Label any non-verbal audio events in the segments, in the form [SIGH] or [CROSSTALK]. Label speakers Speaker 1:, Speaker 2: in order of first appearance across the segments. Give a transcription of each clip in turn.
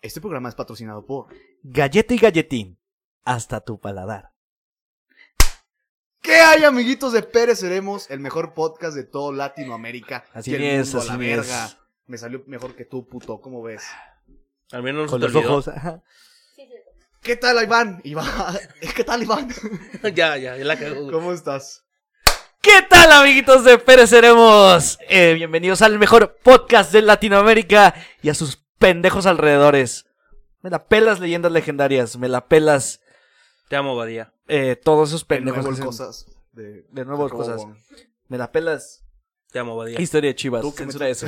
Speaker 1: Este programa es patrocinado por.
Speaker 2: Galleta y galletín. Hasta tu paladar.
Speaker 1: ¿Qué hay, amiguitos de Pérez? Seremos el mejor podcast de todo Latinoamérica.
Speaker 2: Así
Speaker 1: Y el
Speaker 2: es,
Speaker 1: mundo a la
Speaker 2: así
Speaker 1: verga.
Speaker 2: es.
Speaker 1: Me salió mejor que tú, puto, ¿cómo ves?
Speaker 3: Al menos no
Speaker 2: Con
Speaker 3: se
Speaker 2: los
Speaker 3: te olvidó.
Speaker 2: ojos. ajá.
Speaker 1: ¿Qué tal, Iván? Iván, [LAUGHS] ¿qué tal,
Speaker 2: [LAUGHS]
Speaker 1: Iván?
Speaker 3: [LAUGHS] ya, ya, ya la cago. güey.
Speaker 1: ¿Cómo estás?
Speaker 2: ¿Qué tal amiguitos de Pereceremos? Eh, bienvenidos al mejor podcast de Latinoamérica y a sus pendejos alrededores. Me la pelas leyendas legendarias, me la pelas
Speaker 3: Te amo, Badía.
Speaker 2: eh, todos esos
Speaker 1: De
Speaker 2: pendejos.
Speaker 1: nuevo,
Speaker 2: que hacen-
Speaker 1: cosas. De,
Speaker 2: de nuevo
Speaker 1: Jacobo
Speaker 2: cosas.
Speaker 1: Wong.
Speaker 2: Me la pelas
Speaker 3: Te amo, Badía.
Speaker 2: historia de Chivas.
Speaker 1: Tú que me-
Speaker 2: Censura eso.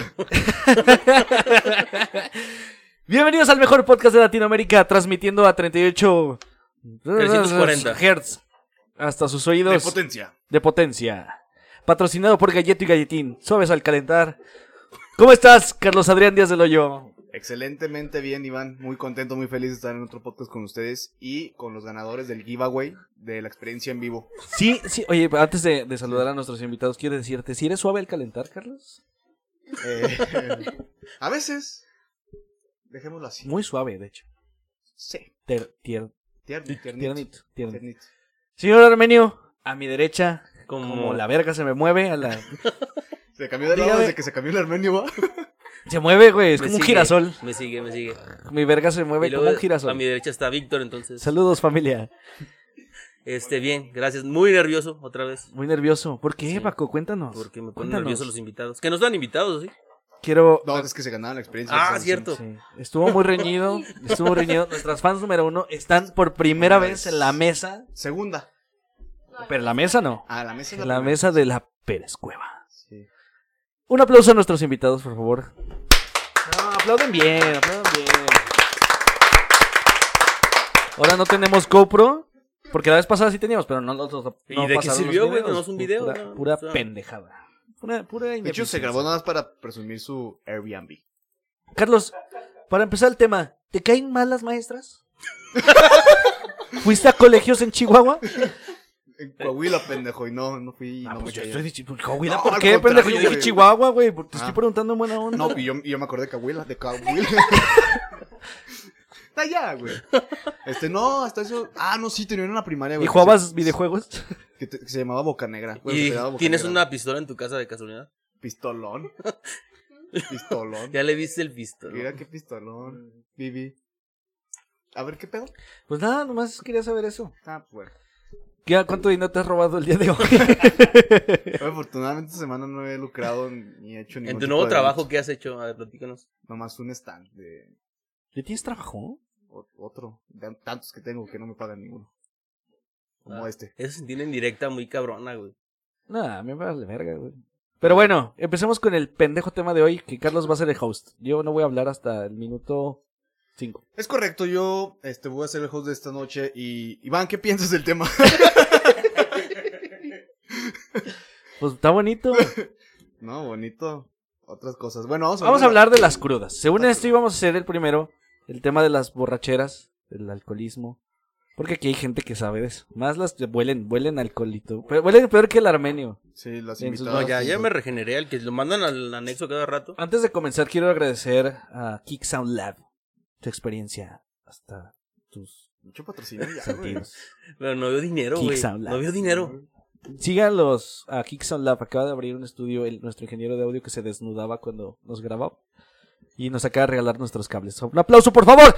Speaker 2: [LAUGHS] bienvenidos al mejor podcast de Latinoamérica, transmitiendo a 38
Speaker 3: 340.
Speaker 2: Hz hasta sus
Speaker 1: De
Speaker 2: oídos.
Speaker 1: potencia.
Speaker 2: de potencia. Patrocinado por Galleto y Galletín. Suaves al calentar. ¿Cómo estás, Carlos Adrián Díaz del Hoyo?
Speaker 1: Excelentemente bien, Iván. Muy contento, muy feliz de estar en otro podcast con ustedes y con los ganadores del giveaway de la experiencia en vivo.
Speaker 2: Sí, sí. Oye, antes de, de saludar a nuestros invitados, quiero decirte, ¿si eres suave al calentar, Carlos?
Speaker 1: Eh, [LAUGHS] a veces. Dejémoslo así.
Speaker 2: Muy suave, de hecho.
Speaker 1: Sí.
Speaker 2: Ter- tier-
Speaker 1: Tierni- Tiernito.
Speaker 2: tiernito, tiernito.
Speaker 1: tiernito.
Speaker 2: Señor Armenio, a mi derecha,
Speaker 3: Como-
Speaker 2: como la verga se me mueve, a la...
Speaker 1: Se cambió de lado
Speaker 2: Dígame.
Speaker 1: desde que se cambió el armenio, ¿va?
Speaker 2: [LAUGHS] se mueve, güey, es
Speaker 3: Me
Speaker 2: como un
Speaker 3: sigue,
Speaker 2: girasol.
Speaker 3: Me sigue, me sigue.
Speaker 2: Mi verga se mueve
Speaker 3: Y
Speaker 2: como un
Speaker 3: luego, A
Speaker 2: girasol.
Speaker 3: mi derecha está Víctor, entonces.
Speaker 2: Saludos, familia.
Speaker 3: Este, bien, gracias. Muy nervioso, otra vez.
Speaker 2: Muy nervioso. ¿Por qué,
Speaker 3: Sí.
Speaker 2: Paco? Cuéntanos.
Speaker 3: Porque me ponen
Speaker 2: Cuéntanos.
Speaker 3: nerviosos los invitados. Que nos dan invitados, ¿sí?
Speaker 2: Quiero
Speaker 1: [LAUGHS] No, es que se ganaron la experiencia.
Speaker 3: Ah,
Speaker 1: Estamos
Speaker 3: cierto.
Speaker 2: Sí, Estuvo muy reñido, estuvo muy reñido. Nuestras fans número uno están por primera vez en la mesa,
Speaker 1: en- Segunda.
Speaker 2: pero la mesa no,
Speaker 1: Ah, la mesa es
Speaker 2: en la
Speaker 1: primera.
Speaker 2: mesa de la Pérez Cueva.
Speaker 1: Sí.
Speaker 2: Un aplauso a nuestros invitados, por favor. No, aplauden bien, aplauden bien. Ahora no tenemos GoPro, porque la vez pasada sí teníamos, pero no los no
Speaker 3: ¿Y de qué
Speaker 2: pasaron los
Speaker 3: sirvió, güey?
Speaker 2: videos.
Speaker 3: Tenemos un video,
Speaker 2: Pura,
Speaker 3: ¿no?
Speaker 2: pura
Speaker 3: O sea.
Speaker 2: pendejada. Pura, pura
Speaker 1: De hecho, se
Speaker 2: ineficiencia.
Speaker 1: grabó nada más para presumir su Airbnb.
Speaker 2: Carlos, para empezar el tema, ¿te caen mal las maestras? ¿Fuiste a colegios en Chihuahua? Ah,
Speaker 1: En
Speaker 2: [LAUGHS]
Speaker 1: Coahuila, pendejo, y no, no fui.
Speaker 2: pues
Speaker 1: no, me quedé.
Speaker 2: diciendo, Coahuila,
Speaker 1: No,
Speaker 2: ¿por
Speaker 1: al
Speaker 2: qué,
Speaker 1: contrario,
Speaker 2: pendejo? Yo dije
Speaker 1: güey.
Speaker 2: Chihuahua, güey, porque te
Speaker 1: Ah.
Speaker 2: estoy preguntando en buena onda.
Speaker 1: No, y yo, y yo me acordé de Coahuila, de
Speaker 2: [LAUGHS]
Speaker 1: Coahuila. Está allá, güey. Este, no, hasta eso. Ah, no, sí, tenía una primaria,
Speaker 2: ¿Y
Speaker 1: güey. que
Speaker 2: jugabas
Speaker 1: se-
Speaker 2: videojuegos? [LAUGHS]
Speaker 1: Que, te- que se llamaba Boca Negra. Bueno, se
Speaker 3: ¿Y
Speaker 1: llamaba Boca
Speaker 3: tienes
Speaker 1: Negra.
Speaker 3: una pistola en tu casa de casualidad?
Speaker 1: [LAUGHS] Pistolón. Pistolón.
Speaker 3: Ya le viste el pistol.
Speaker 1: Mira qué pistolón, Vivi. A ver, ¿qué pedo?
Speaker 2: Pues nada, nomás quería saber eso.
Speaker 1: Ah, pues bueno.
Speaker 2: ¿Qué, ¿Cuánto dinero te has robado el día de hoy? [LAUGHS]
Speaker 1: Afortunadamente esta semana no he lucrado ni he hecho ningún
Speaker 3: En tu
Speaker 1: tipo
Speaker 3: nuevo
Speaker 1: de
Speaker 3: trabajo,
Speaker 1: delito.
Speaker 3: ¿qué has hecho? A ver, platícanos.
Speaker 1: Nomás un stand de
Speaker 2: ¿Ya tienes trabajo?
Speaker 1: o- otro. De tantos que tengo que no me pagan ninguno. Como
Speaker 3: Ah.
Speaker 1: este.
Speaker 3: Eso se tiene en directa muy cabrona, güey.
Speaker 2: Nada, me vas de verga, güey. Pero bueno, empecemos con el pendejo tema de hoy, que Carlos va a ser el host. Yo no voy a hablar hasta el minuto 5.
Speaker 1: Es correcto, yo este, voy a ser el host de esta noche y... Iván, ¿qué piensas del tema? [LAUGHS]
Speaker 2: Pues está bonito.
Speaker 1: no, bonito. Otras cosas. Bueno, vamos a,
Speaker 2: Vamos a hablar de las crudas. Según esto íbamos a hacer el primero, el tema de las borracheras, del alcoholismo. Porque aquí hay gente que sabe de eso. Más las que huelen, huelen alcoholito. Pero huelen peor que el armenio.
Speaker 1: Sí, las
Speaker 2: En sus-
Speaker 1: invitadas.
Speaker 3: No, ya, ya
Speaker 1: Sí.
Speaker 3: me regeneré. El que lo mandan al anexo cada rato.
Speaker 2: Antes de comenzar, quiero agradecer a Kick Sound Lab. Tu experiencia hasta tus
Speaker 1: Mucho patrocinio
Speaker 3: [LAUGHS]
Speaker 1: ya, güey.
Speaker 2: sentidos.
Speaker 3: Pero no veo dinero,
Speaker 2: Kick
Speaker 3: güey.
Speaker 2: Sound Lab.
Speaker 3: No veo dinero.
Speaker 2: Síganlos a Kick Sound Lab. Acaba de abrir un estudio, el- nuestro ingeniero de audio que se desnudaba cuando nos grababa. Y nos acaba de regalar nuestros cables. Un aplauso, por favor.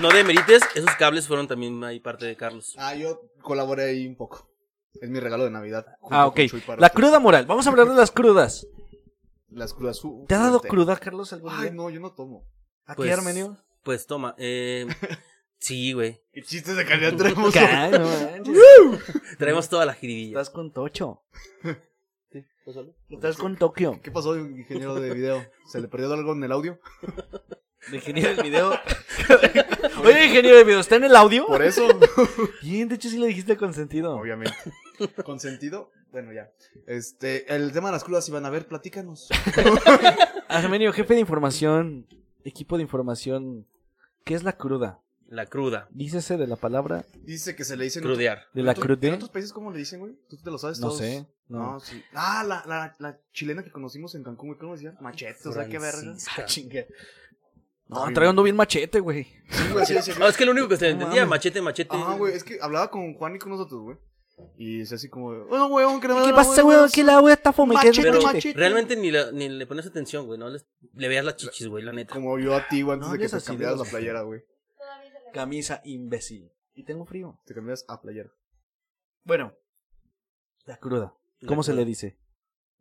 Speaker 3: No demerites, esos cables fueron también ahí parte de Carlos.
Speaker 1: Ah, yo colaboré ahí un poco. Es mi regalo de Navidad. junto
Speaker 2: Ah,
Speaker 1: con
Speaker 2: ok.
Speaker 1: Chuy para
Speaker 2: La
Speaker 1: ustedes.
Speaker 2: cruda moral. Vamos a hablar de las crudas.
Speaker 1: Las crudas. uh,
Speaker 2: ¿Te ha dado
Speaker 1: fuerte.
Speaker 2: cruda, Carlos, algún
Speaker 1: Ay,
Speaker 2: día?
Speaker 1: no, yo no tomo.
Speaker 2: ¿Aquí,
Speaker 3: Pues-
Speaker 2: Armenio?
Speaker 3: Pues toma, eh, sí, güey.
Speaker 1: ¿Qué chistes de calidad tenemos?
Speaker 2: Ay, [LAUGHS] no manches.
Speaker 3: Traemos toda la jiribilla.
Speaker 2: Estás con Tocho.
Speaker 3: ¿Estás solo?
Speaker 2: Estás con Tokio.
Speaker 1: ¿Qué pasó, ingeniero de video? ¿Se le perdió algo en el audio?
Speaker 2: El ingeniero del [LAUGHS] video. Oye, ingeniero del video, ¿está en el audio?
Speaker 1: Por eso.
Speaker 2: Bien, de hecho sí le dijiste con
Speaker 1: [LAUGHS]
Speaker 2: sentido.
Speaker 1: Obviamente. ¿Consentido? Bueno, ya. Este, el tema de las crudas, Iván, a ver, platícanos.
Speaker 2: Armenio, jefe de información, equipo de información, ¿qué es la cruda?
Speaker 3: La cruda.
Speaker 2: Dícese de la palabra
Speaker 1: Dice que se le dicen.
Speaker 3: Crudear.
Speaker 2: de la
Speaker 1: ¿En otro-
Speaker 2: crude.
Speaker 1: ¿En otros países cómo le dicen, güey? Tú te lo sabes
Speaker 2: No
Speaker 1: todos.
Speaker 2: sé.
Speaker 1: No,
Speaker 2: No.
Speaker 1: sí. Ah, la, la, la chilena que conocimos en Cancún, güey. ¿Cómo decía? Machete, o sea, qué verga. [LAUGHS] Ah,
Speaker 3: Francisca.
Speaker 2: chingue.
Speaker 1: Ay,
Speaker 2: No,
Speaker 1: güey.
Speaker 2: trae ando bien machete, güey.
Speaker 1: Sí, güey, sí, sí,
Speaker 3: No, es que lo único que se entendía,
Speaker 1: mames.
Speaker 3: machete,
Speaker 1: [LAUGHS]
Speaker 3: machete.
Speaker 1: Ajá, güey, es que hablaba con Juan y con nosotros, güey. Y es así como, bueno, weón, que le
Speaker 2: ¿Qué pasa, güey? Aquí la güey está fome. ¿qué es
Speaker 1: Machete,
Speaker 3: Pero
Speaker 1: machete.
Speaker 3: realmente ni, la- ni le pones atención, güey. No les- le veas las chichis, güey, la neta.
Speaker 1: Como yo a ti, güey, antes
Speaker 2: No
Speaker 1: de que
Speaker 2: hables
Speaker 1: te
Speaker 2: así de
Speaker 1: cambiaras la
Speaker 2: los-
Speaker 1: playera, güey.
Speaker 2: este, Camisa imbécil. Y tengo frío.
Speaker 1: Te cambias a playera.
Speaker 2: Bueno. La cruda.
Speaker 3: La
Speaker 2: ¿Cómo se
Speaker 3: cruda.
Speaker 2: le dice?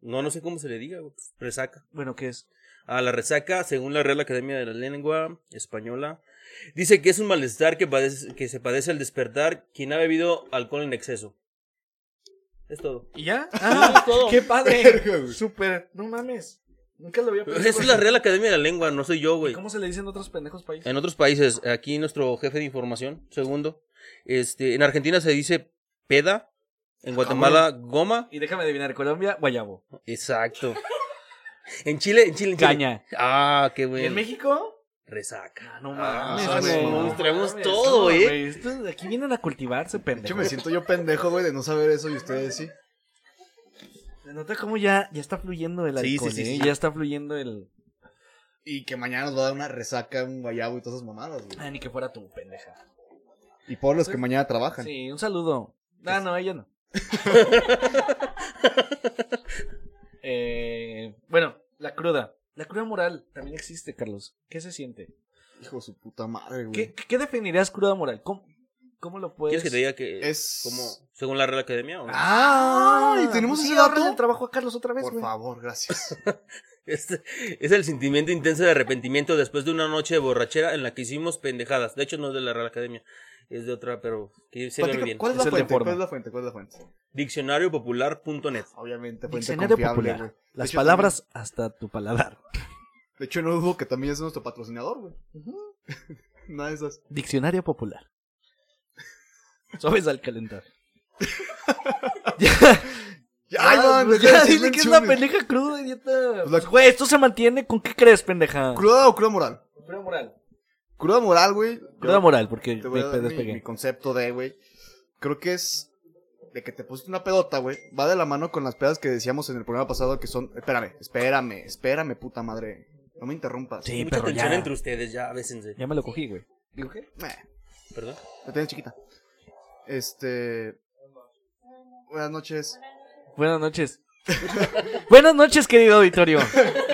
Speaker 3: No, no sé cómo se le diga, güey. pues, Resaca.
Speaker 2: Bueno, ¿qué es?
Speaker 3: A la resaca, según la Real Academia de la Lengua Española, dice que es un malestar que, padece- que se padece al despertar quien ha bebido alcohol en exceso. Es todo.
Speaker 2: ¿Y [LAUGHS] ya?
Speaker 3: [LAUGHS] Ah,
Speaker 2: ¡Qué padre!
Speaker 1: Verga, güey.
Speaker 2: Súper. No mames. Nunca lo había
Speaker 3: Pero Esa es la Real Academia de la Lengua, no soy yo, güey.
Speaker 2: ¿Cómo se le dicen otros pendejos países?
Speaker 3: En otros países, aquí nuestro jefe de información, segundo, este, en Argentina se dice peda, en Guatemala goma.
Speaker 2: Y déjame adivinar, Colombia, guayabo.
Speaker 3: Exacto. En Chile, en Chile, en Chile.
Speaker 2: Caña.
Speaker 3: Ah, qué
Speaker 2: ¿Y
Speaker 3: bueno.
Speaker 2: en México? Ah,
Speaker 3: Resaca.
Speaker 2: No
Speaker 1: mames,
Speaker 2: güey.
Speaker 1: güey. Nos
Speaker 3: traemos
Speaker 2: Mames,
Speaker 3: todo,
Speaker 2: no,
Speaker 3: eh.
Speaker 2: güey. Estos de Aquí vienen a cultivarse,
Speaker 1: De hecho,
Speaker 2: pendejo.
Speaker 1: me siento yo pendejo, güey, de no saber eso y ustedes sí.
Speaker 2: Se nota cómo ya, ya está fluyendo el
Speaker 3: Sí, sí,
Speaker 2: alcohol,
Speaker 3: sí,
Speaker 2: eh,
Speaker 3: sí.
Speaker 2: Ya está fluyendo el...
Speaker 1: Y que mañana nos va a dar una resaca, un guayabo y todas esas mamadas, güey.
Speaker 2: Ah, ni que fuera tu pendeja.
Speaker 1: Y por los que mañana trabajan.
Speaker 2: Sí, un saludo. Ah,
Speaker 1: [LAUGHS]
Speaker 2: no, ella no. Eh, bueno, la cruda. La cruda moral también existe, Carlos. ¿Qué se siente?
Speaker 1: Hijo de su puta madre, güey.
Speaker 2: ¿Qué, qué definirías cruda moral? ¿Cómo, cómo lo puedes...?
Speaker 3: ¿Quieres que te diga que
Speaker 1: Es-
Speaker 3: como según la Real Academia? o no?
Speaker 1: ¡Ah! ¿Y tenemos
Speaker 2: sí,
Speaker 1: ese
Speaker 2: ahorrale
Speaker 1: dato?
Speaker 2: el trabajo a Carlos otra vez,
Speaker 1: Por
Speaker 2: güey.
Speaker 1: favor, gracias.
Speaker 3: Este es el sentimiento intenso de arrepentimiento después de una noche de borrachera en la que hicimos pendejadas. De hecho, no es de la Real Academia, es de otra, pero que se ve
Speaker 1: Platica-
Speaker 3: bien.
Speaker 1: ¿Cuál es
Speaker 2: Es
Speaker 1: la
Speaker 2: el de
Speaker 1: fuente?
Speaker 2: forma.
Speaker 1: ¿Cuál es la fuente? ¿Cuál es la fuente?
Speaker 3: Diccionariopopular.net.
Speaker 1: Obviamente, fuente
Speaker 2: Diccionario
Speaker 1: confiable,
Speaker 2: popular.
Speaker 1: güey. De
Speaker 2: Las
Speaker 1: hecho,
Speaker 2: palabras hasta tu paladar.
Speaker 1: también- De hecho, no dudo que también es nuestro patrocinador, güey. [LAUGHS] Nada de esas. [LAUGHS]
Speaker 2: Diccionario popular. Suaves al calentar. ya,
Speaker 1: ¡Ay, man!
Speaker 2: pues
Speaker 1: deja
Speaker 2: [LAUGHS]
Speaker 1: de
Speaker 2: ya
Speaker 1: hacer
Speaker 2: dile que es una
Speaker 1: menciones.
Speaker 2: pendeja cruda, idiota.
Speaker 1: Pues la-
Speaker 2: Pues, Güey, esto se mantiene. ¿Con qué crees, pendeja?
Speaker 1: ¿Cruda o cruda moral?
Speaker 2: Cruda moral.
Speaker 1: Cruda moral, güey.
Speaker 2: Cruda
Speaker 1: Yo
Speaker 2: moral, porque
Speaker 1: Te voy a
Speaker 2: me
Speaker 1: dar mi,
Speaker 2: despegué.
Speaker 1: mi concepto de, güey. Creo que es de que te pusiste una pedota, güey. Va de la mano con las pedas que decíamos en el programa pasado que son... Espérame, espérame, espérame, puta madre. No me interrumpas.
Speaker 2: Sí,
Speaker 3: Hay mucha
Speaker 2: pero
Speaker 3: tensión
Speaker 2: ya.
Speaker 3: entre ustedes, ya, bésense.
Speaker 2: Ya me lo cogí, güey.
Speaker 1: Meh.
Speaker 3: ¿Perdón?
Speaker 1: Eh, La tenía chiquita. Este. Buenas noches.
Speaker 2: Buenas noches. [LAUGHS] Buenas noches, querido auditorio.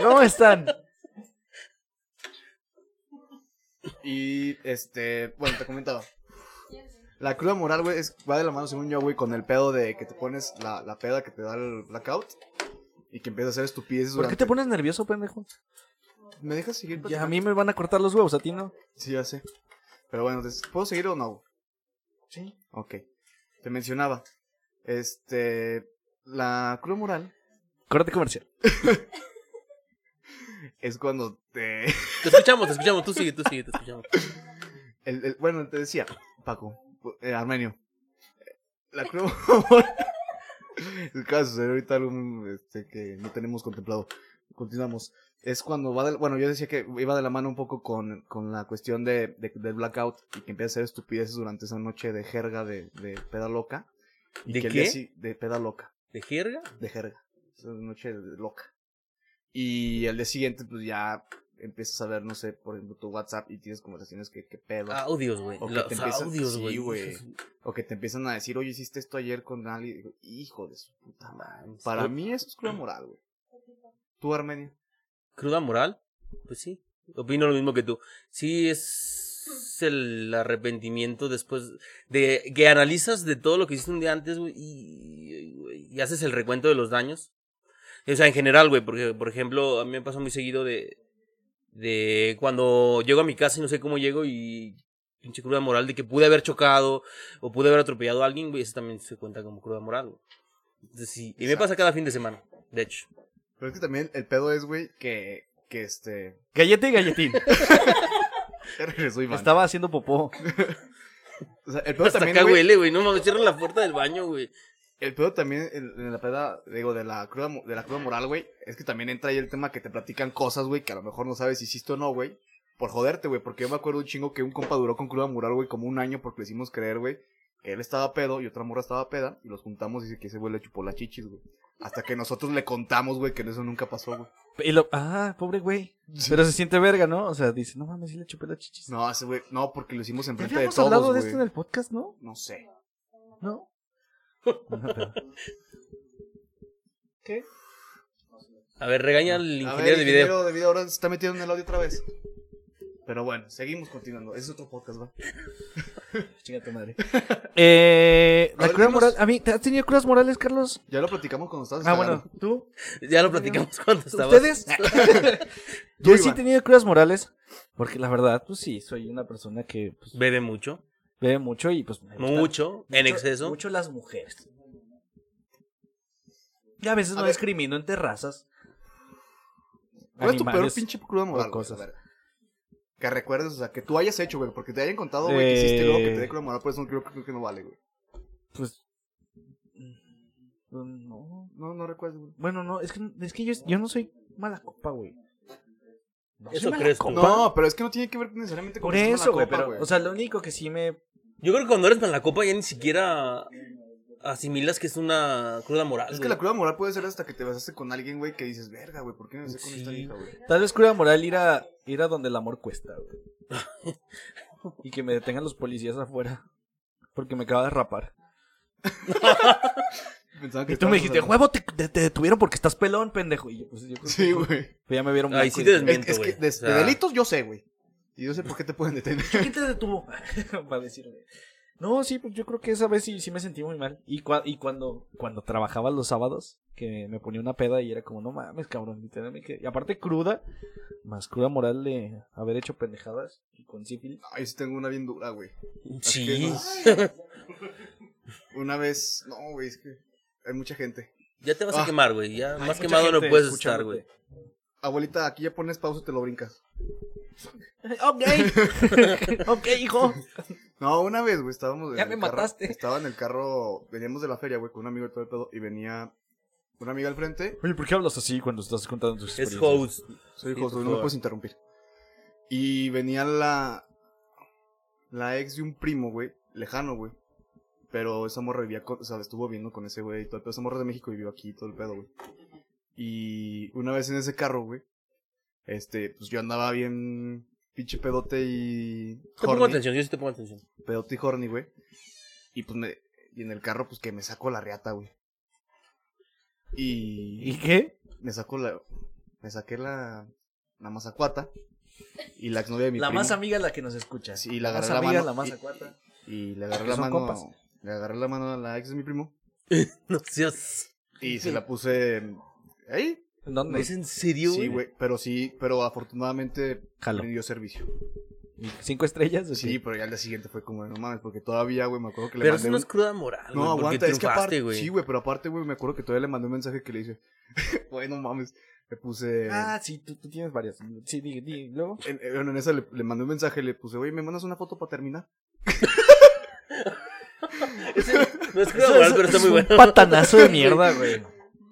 Speaker 2: ¿Cómo están?
Speaker 1: Y este. Bueno, te comentaba. La cruda moral, güey, es- va de la mano, según yo, güey, con el pedo de que te pones la, la peda que te da el blackout y que empiezas a hacer estupideces.
Speaker 2: ¿Por qué te pones nervioso, pendejo?
Speaker 1: durante- ¿Me dejas seguir?
Speaker 2: Ya, a
Speaker 1: platicando?
Speaker 2: mí me van a cortar los huevos, a ti no.
Speaker 1: Sí, ya sé. Pero bueno, entonces, ¿puedo seguir o no?
Speaker 2: Sí.
Speaker 1: Ok. Te mencionaba. Este. La cruda moral
Speaker 2: Corte comercial.
Speaker 1: es cuando te.
Speaker 3: Te escuchamos, te escuchamos, tú sigue, tú sigue, te escuchamos.
Speaker 1: El- el- bueno, te decía, Paco, eh, Armenio. eh, La cruda [LAUGHS] moral. Acaba de suceder ahorita algo este, que no tenemos contemplado. Continuamos. Es cuando va de, Bueno, yo decía que iba de la mano un poco con, con la cuestión de, de- del blackout y que empieza a hacer estupideces durante esa noche de jerga de, de peda loca. Y
Speaker 3: ¿De
Speaker 1: que el
Speaker 3: qué?
Speaker 1: día si- de peda loca,
Speaker 3: ¿De jerga?
Speaker 1: de jerga. Es una noche de- loca. Y el día siguiente, pues ya empiezas a ver, no sé, por ejemplo, tu WhatsApp y tienes conversaciones que, que pedo.
Speaker 3: Audios, güey.
Speaker 1: O que
Speaker 3: Los
Speaker 1: te empiezan-
Speaker 3: audios,
Speaker 1: sí,
Speaker 3: güey.
Speaker 1: güey. O que te empiezan a decir, oye, hiciste esto ayer con alguien. Digo, Hijo de su puta madre.
Speaker 3: Mames.
Speaker 1: Para
Speaker 3: Yo-
Speaker 1: mí eso es cruda moral, güey. Tú, Armenia.
Speaker 3: ¿Cruda moral? Pues sí. Opino lo mismo que tú. Sí, es el arrepentimiento después de que analizas de todo lo que hiciste un día antes, güey, y, güey, y haces el recuento de los daños. O sea, en general, güey, porque, por ejemplo, a mí me pasa muy seguido de, de cuando llego a mi casa y no sé cómo llego y pinche cruda moral de que pude haber chocado o pude haber atropellado a alguien, güey, eso también se cuenta como cruda moral, güey. Entonces, sí, y me pasa cada fin de semana, de hecho.
Speaker 1: Pero es que también el pedo es, güey, que, que este. [LAUGHS]
Speaker 2: Galleta y galletín.
Speaker 1: Ya regresó Iván.
Speaker 2: Estaba haciendo popó.
Speaker 1: O sea, el pedo
Speaker 3: Hasta
Speaker 1: también.
Speaker 3: acá
Speaker 1: güey,
Speaker 3: huele, güey. No mames, cierra la puerta del baño, güey.
Speaker 1: el pedo también en, en la peda, digo, de la cruda, mo- de la cruda moral, güey. Es que también entra ahí el tema que te platican cosas, güey, que a lo mejor no sabes si hiciste o no, güey. por joderte, güey. Porque yo me acuerdo un chingo que un compa duró con Cruda Mural, güey, como un año porque le hicimos creer, güey, que él estaba pedo y otra morra estaba peda. Y los juntamos y dice que ese güey le chupó las chichis, güey. Hasta que nosotros le contamos, güey, que eso nunca pasó, güey.
Speaker 2: Y lo, ah, pobre güey. Pero se siente verga, ¿no? O sea, dice, no mames, sí le chupé las chichis.
Speaker 1: No, ese güey, no, porque lo hicimos
Speaker 2: Ya
Speaker 1: enfrente de
Speaker 2: habíamos
Speaker 1: todos,
Speaker 2: hablado de
Speaker 1: güey.
Speaker 2: esto en el podcast, ¿no?
Speaker 1: No sé. [LAUGHS]
Speaker 2: No.
Speaker 1: ¿Qué?
Speaker 3: A ver, regaña al
Speaker 1: A
Speaker 3: ingeniero
Speaker 1: ver,
Speaker 3: de video.
Speaker 1: ingeniero de video ahora se está metiendo en el audio otra vez. Pero bueno, seguimos continuando. Ese Es otro podcast, va.
Speaker 2: Chingate madre. [LAUGHS] Eh,
Speaker 1: A
Speaker 2: la
Speaker 1: ver,
Speaker 2: cruda
Speaker 1: dinos.
Speaker 2: moral. A mí, ¿te ¿has tenido crudas morales, Carlos?
Speaker 1: Ya lo platicamos cuando estabas
Speaker 2: Ah,
Speaker 1: cagando.
Speaker 2: bueno, ¿tú?
Speaker 3: Ya lo platicamos
Speaker 1: [LAUGHS]
Speaker 3: cuando estaba.
Speaker 2: ¿Ustedes?
Speaker 1: Tú,
Speaker 2: [LAUGHS] Yo sí he
Speaker 1: Iván.
Speaker 2: tenido crudas morales. Porque la verdad, pues sí, soy una persona que pues,
Speaker 3: [LAUGHS] Bebe mucho,
Speaker 2: bebe mucho y pues. me gusta
Speaker 3: mucho, en
Speaker 2: mucho-
Speaker 3: exceso.
Speaker 2: Mucho las mujeres. Y a veces
Speaker 1: A
Speaker 2: no
Speaker 1: ver.
Speaker 2: discrimino entre razas.
Speaker 1: ¿Cuál es tu peor
Speaker 2: animales.
Speaker 1: pinche cruda moral? güey?
Speaker 2: o cosas.
Speaker 1: A ver, Que recuerdes, o sea, que tú hayas hecho, güey, porque te hayan contado, güey, que hiciste
Speaker 2: Eh.
Speaker 1: luego que te dé cruda moral, por eso no creo, creo que no vale, güey.
Speaker 2: Pues. mm, No.
Speaker 1: No, no recuerdo, güey.
Speaker 2: Bueno, no, es que, es que yo, yo no soy mala copa, güey. No soy
Speaker 3: Eso
Speaker 2: mala
Speaker 3: crees tú.
Speaker 2: copa.
Speaker 1: No, pero es que no tiene que ver necesariamente con
Speaker 2: Por
Speaker 1: que estés
Speaker 2: eso,
Speaker 1: mala
Speaker 2: güey,
Speaker 1: copa,
Speaker 2: pero, o sea, lo único que sí me...
Speaker 3: Yo creo que cuando eres la copa ya ni siquiera asimilas que es una cruda moral.
Speaker 1: es que
Speaker 3: güey.
Speaker 1: la cruda moral puede ser hasta que te besaste con alguien, güey, que dices, verga, güey, ¿por qué me besé con esta
Speaker 2: Sí.
Speaker 1: vieja, güey?
Speaker 2: Tal vez cruda moral ir a, ir a donde el amor cuesta, güey. y que me detengan los policías afuera. Porque me acaba de rapar.
Speaker 1: Pensaba
Speaker 2: Y tú me
Speaker 1: estábamos
Speaker 2: dijiste,
Speaker 1: hablando-
Speaker 2: juego, te, te- te detuvieron porque estás pelón, pendejo. Y yo, pues, yo creo que
Speaker 1: Sí, güey.
Speaker 2: pues, ya me vieron
Speaker 3: Ay,
Speaker 2: blanco
Speaker 3: sí
Speaker 2: y
Speaker 3: te
Speaker 2: dije,
Speaker 3: desmiento.
Speaker 1: Es, es que
Speaker 3: güey.
Speaker 1: de,
Speaker 3: O sea-
Speaker 1: de delitos yo sé, güey. Y yo sé por qué te pueden detener. [LAUGHS]
Speaker 2: ¿Quién te detuvo? [LAUGHS] Para decirle. No, sí, pues yo creo que esa vez sí, sí me sentí muy mal. Y, cua- y cuando, cuando trabajaba los sábados, que me ponía una peda y era como, no mames, cabrón, literalmente. que- Y aparte cruda, más cruda moral de haber hecho pendejadas y con sífilis.
Speaker 1: Ay, sí tengo una bien dura, güey.
Speaker 3: Sí.
Speaker 1: Es que- [LAUGHS] Una vez, no, güey, es que hay mucha gente.
Speaker 3: Ya te vas
Speaker 1: Ah.
Speaker 3: a quemar, güey. Ya más
Speaker 2: Mucha
Speaker 3: quemado no
Speaker 2: gente
Speaker 3: puedes estar,
Speaker 2: escuchándote.
Speaker 3: güey.
Speaker 1: Abuelita, aquí ya pones pausa y te lo brincas.
Speaker 2: [LAUGHS] Ok, ok, hijo.
Speaker 1: No, una vez, güey, estábamos. en
Speaker 2: Ya me
Speaker 1: el carro-
Speaker 2: mataste.
Speaker 1: Estaba en el carro, veníamos de la feria, güey, con un amigo y todo el pedo, y venía una amiga al frente.
Speaker 2: Oye, ¿por qué hablas así cuando estás contando tus
Speaker 3: Es
Speaker 2: experiencias?
Speaker 3: host.
Speaker 1: Soy
Speaker 3: Sí,
Speaker 1: hijo,
Speaker 3: por
Speaker 1: no me
Speaker 3: favor.
Speaker 1: puedes interrumpir. Y venía la. La ex de un primo, güey, lejano, güey. Pero esa morra vivía con. O sea, estuvo viendo con ese güey y todo el pedo. Esa morra es de México y vivió aquí y todo el pedo, güey. Y una vez en ese carro, güey. Este, pues yo andaba bien. Pinche pedote y.
Speaker 3: Te pongo
Speaker 1: horny.
Speaker 3: atención, yo sí te pongo atención. [LAUGHS]
Speaker 1: pedote y horny, güey. Y pues me, y en el carro, pues que me saco la reata, güey.
Speaker 2: ¿Y
Speaker 1: Y
Speaker 2: qué?
Speaker 1: me saco la, me saqué la, la mazacuata. Y la exnovia de mi
Speaker 2: la
Speaker 1: primo.
Speaker 2: más amiga la que nos escucha.
Speaker 1: Sí, la agarré
Speaker 2: más
Speaker 1: la
Speaker 2: amiga,
Speaker 1: mano
Speaker 2: la más
Speaker 1: y-
Speaker 2: acuata.
Speaker 1: Y le agarré
Speaker 2: Que
Speaker 1: la
Speaker 2: son
Speaker 1: mano,
Speaker 2: compas.
Speaker 1: le agarré la mano a la ex de mi primo.
Speaker 3: No seas.
Speaker 1: Y se la puse ahí.
Speaker 2: ¿En
Speaker 3: ¿No
Speaker 2: ¿Dónde?
Speaker 3: es en serio,
Speaker 1: Sí, güey, pero sí, pero afortunadamente
Speaker 2: Jalo.
Speaker 1: me dio servicio.
Speaker 2: ¿Y ¿Cinco estrellas? o
Speaker 1: Sí,
Speaker 2: qué?
Speaker 1: pero ya al día siguiente fue como, no mames, porque todavía, güey, me acuerdo que le
Speaker 3: Pero
Speaker 1: mandé
Speaker 3: eso no
Speaker 1: un-
Speaker 3: es cruda moral,
Speaker 1: No,
Speaker 3: güey. porque
Speaker 1: aguanta, es que
Speaker 3: triunfaste,
Speaker 1: aparte,
Speaker 3: güey.
Speaker 1: sí, güey, pero aparte, güey, me acuerdo que todavía le mandé un mensaje que le hice, [LAUGHS] güey, no mames, le puse,
Speaker 2: Ah, sí, tú, tú tienes varias. Sí, di, di, luego.
Speaker 1: en, eh, en- en esa le, le mandé un mensaje, le puse, güey, ¿me mandas una foto para terminar?
Speaker 3: Ese no [LAUGHS] es cruda moral, pero
Speaker 1: [LAUGHS]
Speaker 3: está muy bueno.
Speaker 2: Un patanazo de mierda, güey.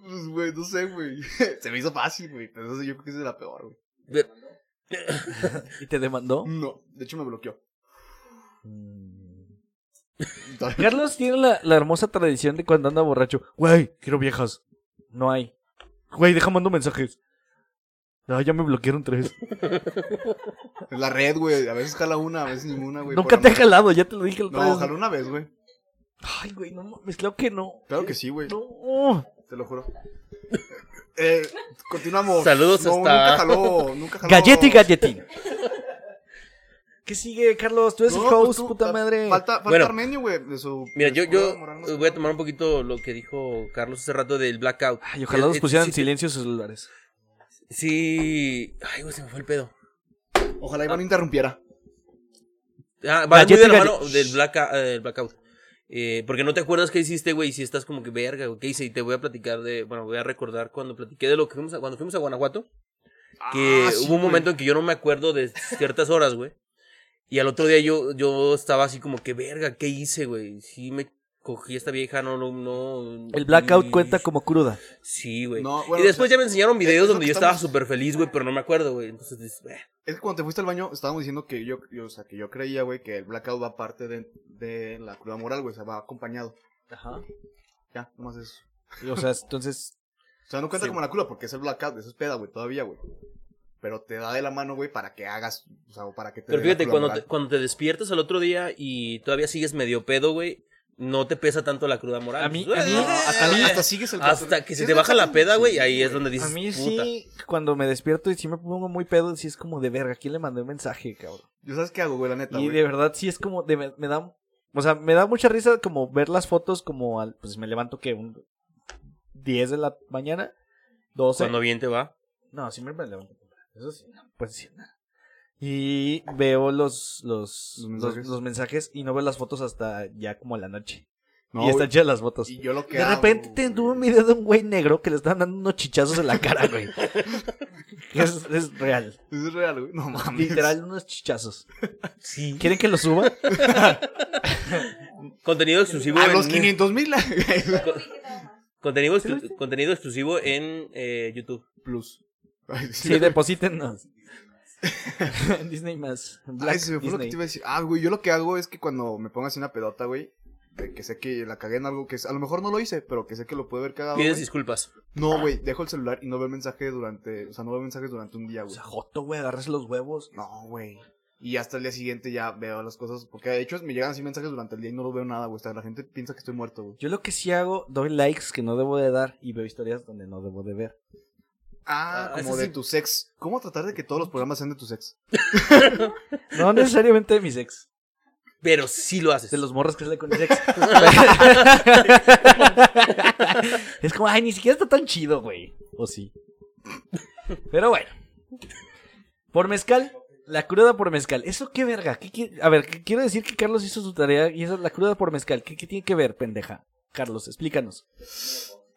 Speaker 1: Pues, güey, no sé, güey, [LAUGHS] se me hizo fácil, güey, pero eso yo creo que esa es la peor, güey.
Speaker 3: Ver-
Speaker 2: ¿Y te demandó?
Speaker 1: No, de hecho me bloqueó.
Speaker 2: Mm.
Speaker 1: Entonces,
Speaker 2: Carlos tiene la, la hermosa tradición de cuando anda borracho. Güey, quiero viejas. No hay. Güey, deja mando mensajes. No, ya me bloquearon tres.
Speaker 1: en [LAUGHS] la red, güey, a veces jala una, a veces ninguna, güey.
Speaker 2: Nunca
Speaker 1: por
Speaker 2: te he
Speaker 1: amor-
Speaker 2: jalado, ya te lo dije el
Speaker 1: No, jaló una vez, güey,
Speaker 2: Ay, güey, no mames, claro que no.
Speaker 1: claro que sí, güey,
Speaker 2: No.
Speaker 1: te lo juro. Eh, continuamos.
Speaker 3: Saludos
Speaker 1: no,
Speaker 3: hasta-
Speaker 1: nunca jaló, nunca jaló.
Speaker 2: Galleti, galletín. ¿Qué sigue, Carlos? Tú eres
Speaker 1: No,
Speaker 2: el
Speaker 1: pues
Speaker 2: host,
Speaker 1: tú,
Speaker 2: puta
Speaker 1: ah,
Speaker 2: madre.
Speaker 1: Falta, falta
Speaker 3: Bueno.
Speaker 1: Armenio, güey. de su-
Speaker 3: Mira,
Speaker 1: de
Speaker 3: yo,
Speaker 1: su
Speaker 3: yo
Speaker 1: cruda moral, no sé
Speaker 3: voy a
Speaker 1: cómo.
Speaker 3: tomar un poquito lo que dijo Carlos hace rato del blackout.
Speaker 2: Ay, ojalá nos
Speaker 3: Eh,
Speaker 2: pusieran en
Speaker 3: sí,
Speaker 2: silencio sus celulares.
Speaker 3: Sí. Ay, güey, se me fue el pedo.
Speaker 1: Ojalá Iván interrumpiera.
Speaker 3: Ah, va muy
Speaker 2: Galleta
Speaker 3: de
Speaker 2: y
Speaker 3: la
Speaker 2: galle-
Speaker 3: mano del, blacka- eh, del blackout. Eh, porque no te acuerdas qué hiciste, güey, y si estás como que verga, güey, qué hice. Y te voy a platicar de. Bueno, voy a recordar cuando platiqué de lo que fuimos a, cuando fuimos a Guanajuato. Que
Speaker 1: Ah, sí,
Speaker 3: hubo un
Speaker 1: güey.
Speaker 3: momento en que yo no me acuerdo de ciertas horas, güey. Y al otro día yo, yo estaba así como que verga, ¿qué hice, güey? Sí me cogí a esta vieja, no, no, no.
Speaker 2: El blackout
Speaker 3: y-
Speaker 2: cuenta como cruda.
Speaker 3: Sí, güey.
Speaker 1: No, bueno, pues,
Speaker 3: y después
Speaker 1: o sea,
Speaker 3: ya me enseñaron
Speaker 1: es
Speaker 3: videos
Speaker 1: lo
Speaker 3: donde
Speaker 1: que
Speaker 3: yo estaba
Speaker 1: estamos-
Speaker 3: súper feliz, güey, pero no me acuerdo, güey. Entonces, dices, "Bah".
Speaker 1: Es que cuando te fuiste al baño, estábamos diciendo que yo, yo, o sea, que yo creía, güey, que el blackout va aparte de, de la cruda moral, güey, o sea, va acompañado.
Speaker 2: Ajá.
Speaker 1: Ya, nomás eso.
Speaker 2: O sea, entonces.
Speaker 1: O sea, no cuenta
Speaker 3: Sí.
Speaker 1: como la cruda porque es el blackout, eso es peda, güey, todavía, güey. Pero te da de la mano, güey, para que hagas, o sea, o para que te
Speaker 3: Pero
Speaker 1: dé la
Speaker 3: fíjate,
Speaker 1: cruda
Speaker 3: cuando te,
Speaker 1: moral.
Speaker 3: cuando te despiertas al otro día y todavía sigues medio pedo, güey, no te pesa tanto la cruda moral.
Speaker 2: A mí-
Speaker 3: Pues,
Speaker 2: a mí-
Speaker 1: No,
Speaker 3: "Eh".
Speaker 1: hasta,
Speaker 2: a mí-
Speaker 1: hasta sigues el
Speaker 3: Hasta que
Speaker 1: Sí,
Speaker 3: se te baja la peda, güey, ahí es donde
Speaker 2: A
Speaker 3: dices,
Speaker 2: mí
Speaker 3: puta.
Speaker 2: sí, cuando me despierto y sí me pongo muy pedo, sí es como de verga. ¿Quién le mandé un mensaje, cabrón?
Speaker 1: Yo sabes qué hago, güey, la neta,
Speaker 2: Y
Speaker 1: güey.
Speaker 2: de verdad sí es como de, me, me da o sea, me da mucha risa como ver las fotos como al pues me levanto que un 10 de la mañana, 12.
Speaker 3: Cuando bien te va.
Speaker 2: No, siempre me levanto. temprano, Eso sí, no, pues sí. no. Y veo los los,
Speaker 1: Los
Speaker 2: los,
Speaker 1: mensajes.
Speaker 2: los mensajes y no veo las fotos hasta ya como a la noche.
Speaker 1: No,
Speaker 2: y están
Speaker 1: güey,
Speaker 2: chidas las fotos.
Speaker 1: y yo lo que
Speaker 2: De
Speaker 1: hago,
Speaker 2: repente te
Speaker 1: güey.
Speaker 2: tuve
Speaker 1: [LAUGHS]
Speaker 2: un video de un güey negro que le están dando unos chichazos en la cara, güey. es, es real.
Speaker 1: Es real, güey. No mames.
Speaker 2: Literal, unos chichazos.
Speaker 3: Sí.
Speaker 2: ¿Quieren que lo suba?
Speaker 1: [LAUGHS]
Speaker 3: Contenido exclusivo.
Speaker 1: A
Speaker 3: en-
Speaker 1: los 500 mil [LAUGHS]
Speaker 3: Contenido,
Speaker 2: ¿Sí lo
Speaker 3: exclu- contenido exclusivo en eh, YouTube.
Speaker 1: plus. Ay,
Speaker 2: Sí, deposítennos. [LAUGHS] Disney más. Black
Speaker 1: Ay, se me fue lo que
Speaker 2: Disney.
Speaker 1: te iba a decir. Ah, güey, yo lo que hago es que cuando me pongo así una pedota, güey, de que sé que la cagué en algo que es- a lo mejor no lo hice, pero que sé que lo puede haber cagado.
Speaker 3: Pides
Speaker 1: güey.
Speaker 3: disculpas.
Speaker 1: No, güey, dejo el celular y no veo el mensaje durante, o sea, no veo mensajes durante un día,
Speaker 2: O
Speaker 1: güey.
Speaker 2: sea, Joto, güey, agarras los huevos.
Speaker 1: No, güey. Y hasta el día siguiente ya veo las cosas, porque de hecho me llegan así mensajes durante el día y no los veo nada, güey. O sea, la gente piensa que estoy muerto, güey.
Speaker 2: Yo lo que sí hago, doy likes que no debo de dar y veo historias donde no debo de ver.
Speaker 1: Ah,
Speaker 3: Ah,
Speaker 1: como
Speaker 3: ese
Speaker 1: de
Speaker 3: sí.
Speaker 1: tu sex. ¿Cómo tratar de que todos los programas sean de tu sex?
Speaker 2: No necesariamente de mis ex.
Speaker 3: Pero sí lo haces.
Speaker 2: De los morros que sale con mis ex. es como, ay, ni siquiera está tan chido, güey. O sí. Pero bueno. Por mezcal, la cruda por mezcal. ¿Eso qué verga? ¿Qué qui- A ver, que quiero decir que Carlos hizo su tarea y esa es la cruda por mezcal. ¿Qué, qué tiene que ver, pendeja? Carlos, explícanos.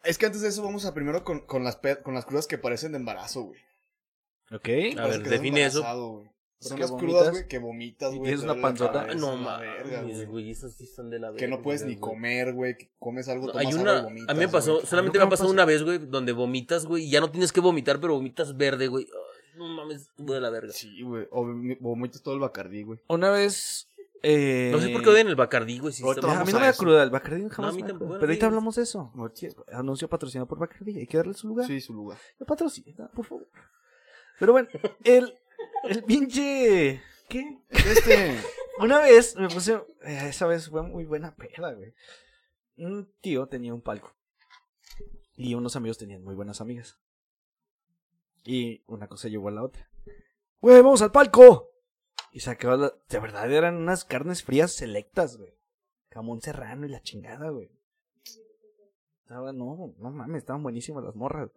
Speaker 1: Es que antes de eso vamos a primero con, con las pe- con las crudas que parecen de embarazo, güey.
Speaker 2: ¿Ok?
Speaker 3: A
Speaker 1: Parece
Speaker 3: ver,
Speaker 1: que estás
Speaker 3: define eso.
Speaker 1: embarazado, güey. Son
Speaker 2: Porque
Speaker 1: las
Speaker 2: vomitas
Speaker 1: crudas, güey, que vomitas,
Speaker 2: y
Speaker 1: güey.
Speaker 2: tienes
Speaker 1: te
Speaker 2: una
Speaker 1: duele la
Speaker 2: panzota.
Speaker 1: cabeza,
Speaker 3: Ah, no
Speaker 1: la verga,
Speaker 3: mames,
Speaker 1: güey.
Speaker 3: güey, esas sí son de la
Speaker 1: Que no
Speaker 3: verga,
Speaker 1: puedes ni
Speaker 3: güey.
Speaker 1: comer, güey. que Comes algo,
Speaker 3: No,
Speaker 1: tomas
Speaker 3: hay
Speaker 1: algo
Speaker 3: una,
Speaker 1: y vomitas.
Speaker 3: a mí me pasó,
Speaker 1: güey. Ah,
Speaker 3: solamente
Speaker 2: ¿Nunca
Speaker 3: me
Speaker 2: me
Speaker 3: ha pasado
Speaker 2: pasó?
Speaker 3: una vez, güey, donde vomitas, güey, y ya no tienes que vomitar, pero vomitas verde, güey. Ay, No mames, güey, de la verga.
Speaker 1: Sí, güey. O vom- vomitas todo el bacardí, güey.
Speaker 2: Una vez. eh,
Speaker 3: No sé por qué odian el Bacardí, güey. Si
Speaker 1: ahorita
Speaker 3: está-
Speaker 2: a
Speaker 1: vamos
Speaker 2: mí no
Speaker 1: a
Speaker 2: me da
Speaker 1: eso.
Speaker 2: cruda, el Bacardí jamás.
Speaker 3: No, a mí
Speaker 2: me da
Speaker 3: tampoco,
Speaker 2: cruda.
Speaker 3: no
Speaker 2: Pero ahorita
Speaker 3: digas.
Speaker 2: hablamos de eso.
Speaker 1: No, sí,
Speaker 2: Anuncio patrocinado por Bacardí. Hay que darle su lugar.
Speaker 1: Sí, su
Speaker 3: [LAUGHS]
Speaker 1: lugar.
Speaker 2: No patrocina, por favor. Pero bueno, el, el pinche. ¿Qué?
Speaker 1: Este.
Speaker 2: Una vez me puse. eh, Esa vez fue muy buena peda, güey. Un tío tenía un palco. Y unos amigos tenían muy buenas amigas. Y una cosa llevó a la otra. ¡Güey, vamos al palco! Y sacaba la. De verdad eran unas carnes frías selectas, güey. Jamón serrano y la chingada, güey. Estaba, no, no mames, estaban buenísimas las morras.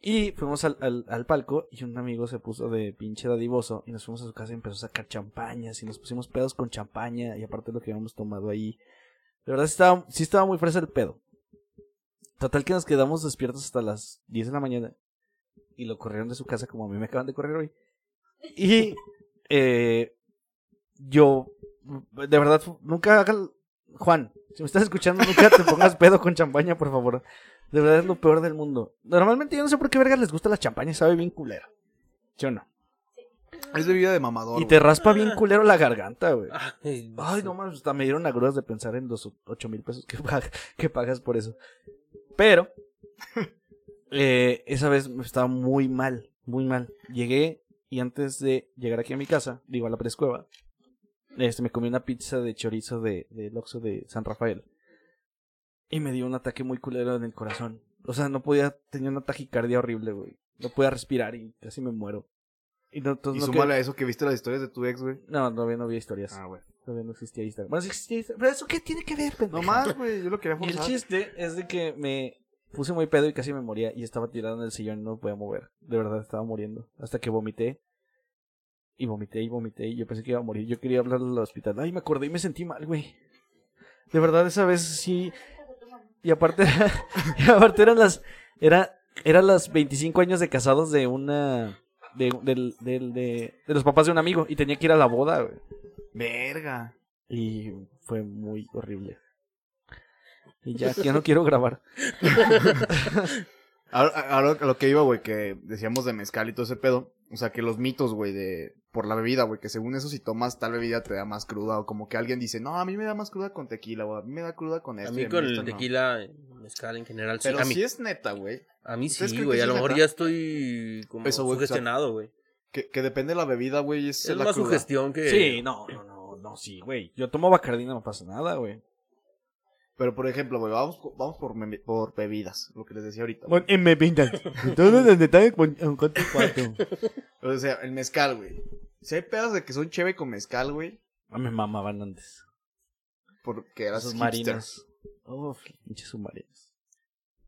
Speaker 2: Y fuimos al, al, al palco y un amigo se puso de pinche dadivoso y nos fuimos a su casa y empezó a sacar champañas y nos pusimos pedos con champaña y aparte lo que habíamos tomado ahí. De verdad sí estaba, sí estaba muy fresa el pedo. Total que nos quedamos despiertos hasta las 10 de la mañana y lo corrieron de su casa como a mí me acaban de correr hoy. Y [LAUGHS] eh, yo, de verdad, nunca hagan... Juan, si me estás escuchando, nunca te pongas pedo con champaña, por favor. De verdad es lo peor del mundo. Normalmente yo no sé por qué vergas les gusta la champaña, sabe bien culero. ¿Sí o no?
Speaker 1: Es bebida de mamador.
Speaker 2: Y
Speaker 1: güey.
Speaker 2: te raspa bien culero la garganta, güey.
Speaker 3: Ay,
Speaker 2: Ay, no mames, hasta me dieron agruras de pensar en los 8 mil pesos que, pag- [LAUGHS] que pagas por eso. Pero,
Speaker 1: [LAUGHS]
Speaker 2: eh, esa vez me estaba muy mal, muy mal. Llegué y antes de llegar aquí a mi casa, digo a la prescueva, este, me comí una pizza de chorizo de, del Oxxo de San Rafael. Y me dio un ataque muy culero en el corazón. O sea, no podía, tenía una taquicardia horrible, güey. No podía respirar y casi me muero. Y,
Speaker 1: Y
Speaker 2: no, entonces no,
Speaker 1: súmale a eso que viste las historias de tu ex, güey. Ah,
Speaker 2: que- no, todavía no había historias.
Speaker 1: güey.
Speaker 2: Todavía no existía Instagram. Bueno, sí existía Instagram. Pero eso qué tiene que ver, pendejo.
Speaker 1: No más, güey. Yo lo quería
Speaker 2: Y el
Speaker 1: forzar.
Speaker 2: chiste es de que me puse muy pedo y casi me moría. Y estaba tirado en el sillón y no me podía mover. De verdad, estaba muriendo. Hasta que vomité. Y vomité y vomité. Y yo pensé que iba a morir. Yo quería hablar al hospital. Ay, me acordé y me sentí mal, güey. De verdad, esa vez sí. Y aparte, [LAUGHS] y aparte eran las. Era, eran las 25 años de casados de una. De, del- del- de, de los papás de un amigo. Y tenía que ir a la boda, güey.
Speaker 1: Verga.
Speaker 2: Y fue muy horrible. Y [LAUGHS] ya, ya no quiero grabar.
Speaker 1: Ahora, ahora a lo que iba, güey, que decíamos de mezcal y todo ese pedo. O sea, que los mitos, güey, de por la bebida, güey, que según eso si tomas tal bebida te da más cruda. O como que alguien dice, no, a mí me da más cruda con tequila, o a mí me da cruda con
Speaker 3: A
Speaker 1: esto. y
Speaker 3: mí
Speaker 1: mí
Speaker 3: con
Speaker 1: esto
Speaker 3: el
Speaker 1: no".
Speaker 3: tequila, eh, mezcal en general, sí.
Speaker 1: Pero
Speaker 3: a
Speaker 1: sí
Speaker 3: mí,
Speaker 1: es neta, güey.
Speaker 3: a mí
Speaker 1: ¿Ustedes
Speaker 3: sí,
Speaker 1: creen
Speaker 3: güey.
Speaker 1: que
Speaker 3: A
Speaker 1: sí
Speaker 3: lo
Speaker 1: es
Speaker 3: mejor
Speaker 1: verdad?
Speaker 3: ya estoy como
Speaker 1: Eso, güey, o sea,
Speaker 3: sugestionado, güey.
Speaker 1: Que, que depende de la bebida, güey, es,
Speaker 3: Es,
Speaker 1: la
Speaker 3: más
Speaker 1: cruda.
Speaker 3: sugestión que...
Speaker 2: Sí, no, no, no, no, sí, güey. Yo tomo Bacardí no me pasa nada, güey.
Speaker 1: Pero, por ejemplo, güey, vamos, co- vamos por, meme- por bebidas, lo que les decía ahorita. güey.
Speaker 4: En me pintas. Todo donde está en cuanto cuarto.
Speaker 1: O sea, el mezcal, güey. Si hay pedas de que son chévere con mezcal, güey,
Speaker 2: A mi mamá van antes.
Speaker 1: porque eras
Speaker 2: Esos
Speaker 1: hipster.
Speaker 2: marinos. Uf, pinches submarinos.